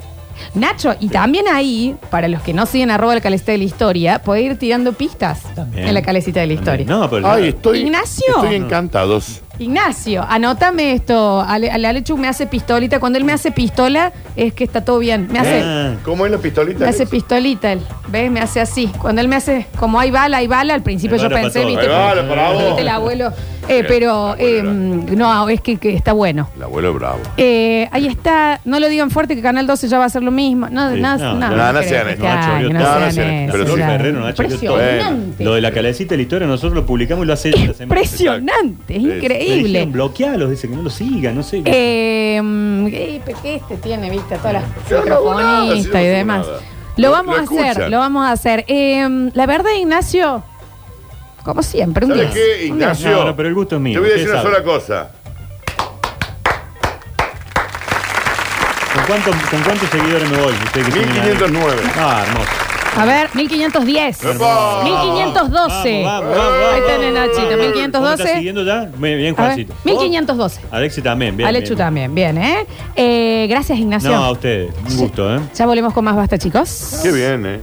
[SPEAKER 1] Nacho, y también ahí, para los que no siguen arroba la calecita de la historia, puede ir tirando pistas
[SPEAKER 3] También.
[SPEAKER 1] en la calecita de la historia.
[SPEAKER 3] También. No, pero
[SPEAKER 2] Ay, estoy.
[SPEAKER 1] Ignacio.
[SPEAKER 2] Estoy encantados.
[SPEAKER 3] Eh.
[SPEAKER 1] Ignacio, anotame esto. Ale, Ale- Alechu me hace pistolita. Cuando él me hace pistola, es que está todo bien. Me hace.
[SPEAKER 3] Ah.
[SPEAKER 2] ¿Cómo es la pistolita?
[SPEAKER 1] Me hace
[SPEAKER 2] Alex?
[SPEAKER 1] pistolita él, ¿ves? Me hace así. Cuando él me hace, como hay bala, hay bala, al principio
[SPEAKER 3] Hay
[SPEAKER 1] yo
[SPEAKER 3] bala para
[SPEAKER 1] pensé,
[SPEAKER 3] todo.
[SPEAKER 1] viste,
[SPEAKER 2] Ahí va, la para
[SPEAKER 1] como-
[SPEAKER 2] vos.
[SPEAKER 1] viste el
[SPEAKER 2] (laughs)
[SPEAKER 1] abuelo. Eh,
[SPEAKER 2] Sí,
[SPEAKER 1] pero
[SPEAKER 2] el abuelo
[SPEAKER 1] eh, no, es que, que está bueno.
[SPEAKER 2] El abuelo es bravo.
[SPEAKER 1] Eh, ahí está, no lo digan fuerte que Canal 12 ya va a hacer lo mismo. No,
[SPEAKER 3] Sí,
[SPEAKER 1] no,
[SPEAKER 3] no,
[SPEAKER 1] no,
[SPEAKER 3] no,
[SPEAKER 2] no
[SPEAKER 1] creo
[SPEAKER 2] sean
[SPEAKER 1] que
[SPEAKER 2] esto,
[SPEAKER 1] hagan,
[SPEAKER 3] Nacho,
[SPEAKER 1] que
[SPEAKER 3] no,
[SPEAKER 1] no
[SPEAKER 2] no
[SPEAKER 1] sean
[SPEAKER 2] sean esto.
[SPEAKER 1] eso,
[SPEAKER 2] Pero
[SPEAKER 1] ya.
[SPEAKER 3] Ferrero, Nacho, yo todo.
[SPEAKER 1] Impresionante.
[SPEAKER 3] Lo de la calecita de la historia nosotros lo publicamos y lo hace ella la semana.
[SPEAKER 1] Impresionante, es
[SPEAKER 2] Sí, sí.
[SPEAKER 3] Me dijeron,
[SPEAKER 1] increíble.
[SPEAKER 3] Bloquealos, dice que no lo sigan, no sé.
[SPEAKER 1] Eh, mm, ¿qué, qué este tiene, viste? Todas las
[SPEAKER 2] Yo no hago nada, si yo no
[SPEAKER 1] microfonistas y
[SPEAKER 2] hago
[SPEAKER 1] demás.
[SPEAKER 2] nada.
[SPEAKER 1] Lo
[SPEAKER 2] Lo-
[SPEAKER 1] vamos
[SPEAKER 2] lo
[SPEAKER 1] a hacer,
[SPEAKER 2] escuchan.
[SPEAKER 1] lo vamos a hacer. Eh, la verdad, Ignacio, como siempre, un 10.
[SPEAKER 2] ¿Sabes qué,
[SPEAKER 1] Un 10.
[SPEAKER 2] Ignacio?
[SPEAKER 3] No, no, pero el gusto es mío,
[SPEAKER 2] Te voy a decir
[SPEAKER 3] usted
[SPEAKER 2] una
[SPEAKER 3] sabe.
[SPEAKER 2] sola cosa.
[SPEAKER 3] ¿Con cuántos con cuántos seguidores me voy? Ustedes que tienen ahí.
[SPEAKER 2] 1509.
[SPEAKER 3] Ah, hermoso.
[SPEAKER 1] A ver, 1510.
[SPEAKER 2] ¡Epa!
[SPEAKER 1] 1512.
[SPEAKER 3] Vamos, vamos, vamos,
[SPEAKER 1] Ahí está Nachito,
[SPEAKER 3] vamos, vamos. ¿Vos me estás
[SPEAKER 1] 1512.
[SPEAKER 3] siguiendo ya? Muy
[SPEAKER 1] A
[SPEAKER 3] bien,
[SPEAKER 1] ver,
[SPEAKER 3] Juancito.
[SPEAKER 1] 1512.
[SPEAKER 3] Alexi también, bien.
[SPEAKER 1] Alechu
[SPEAKER 3] bien.
[SPEAKER 1] también, bien, ¿eh? ¿eh? Gracias, Ignacio.
[SPEAKER 3] No, a ustedes. Un gusto, ¿eh?
[SPEAKER 1] Ya volvemos con más basta, chicos.
[SPEAKER 2] Qué bien, eh.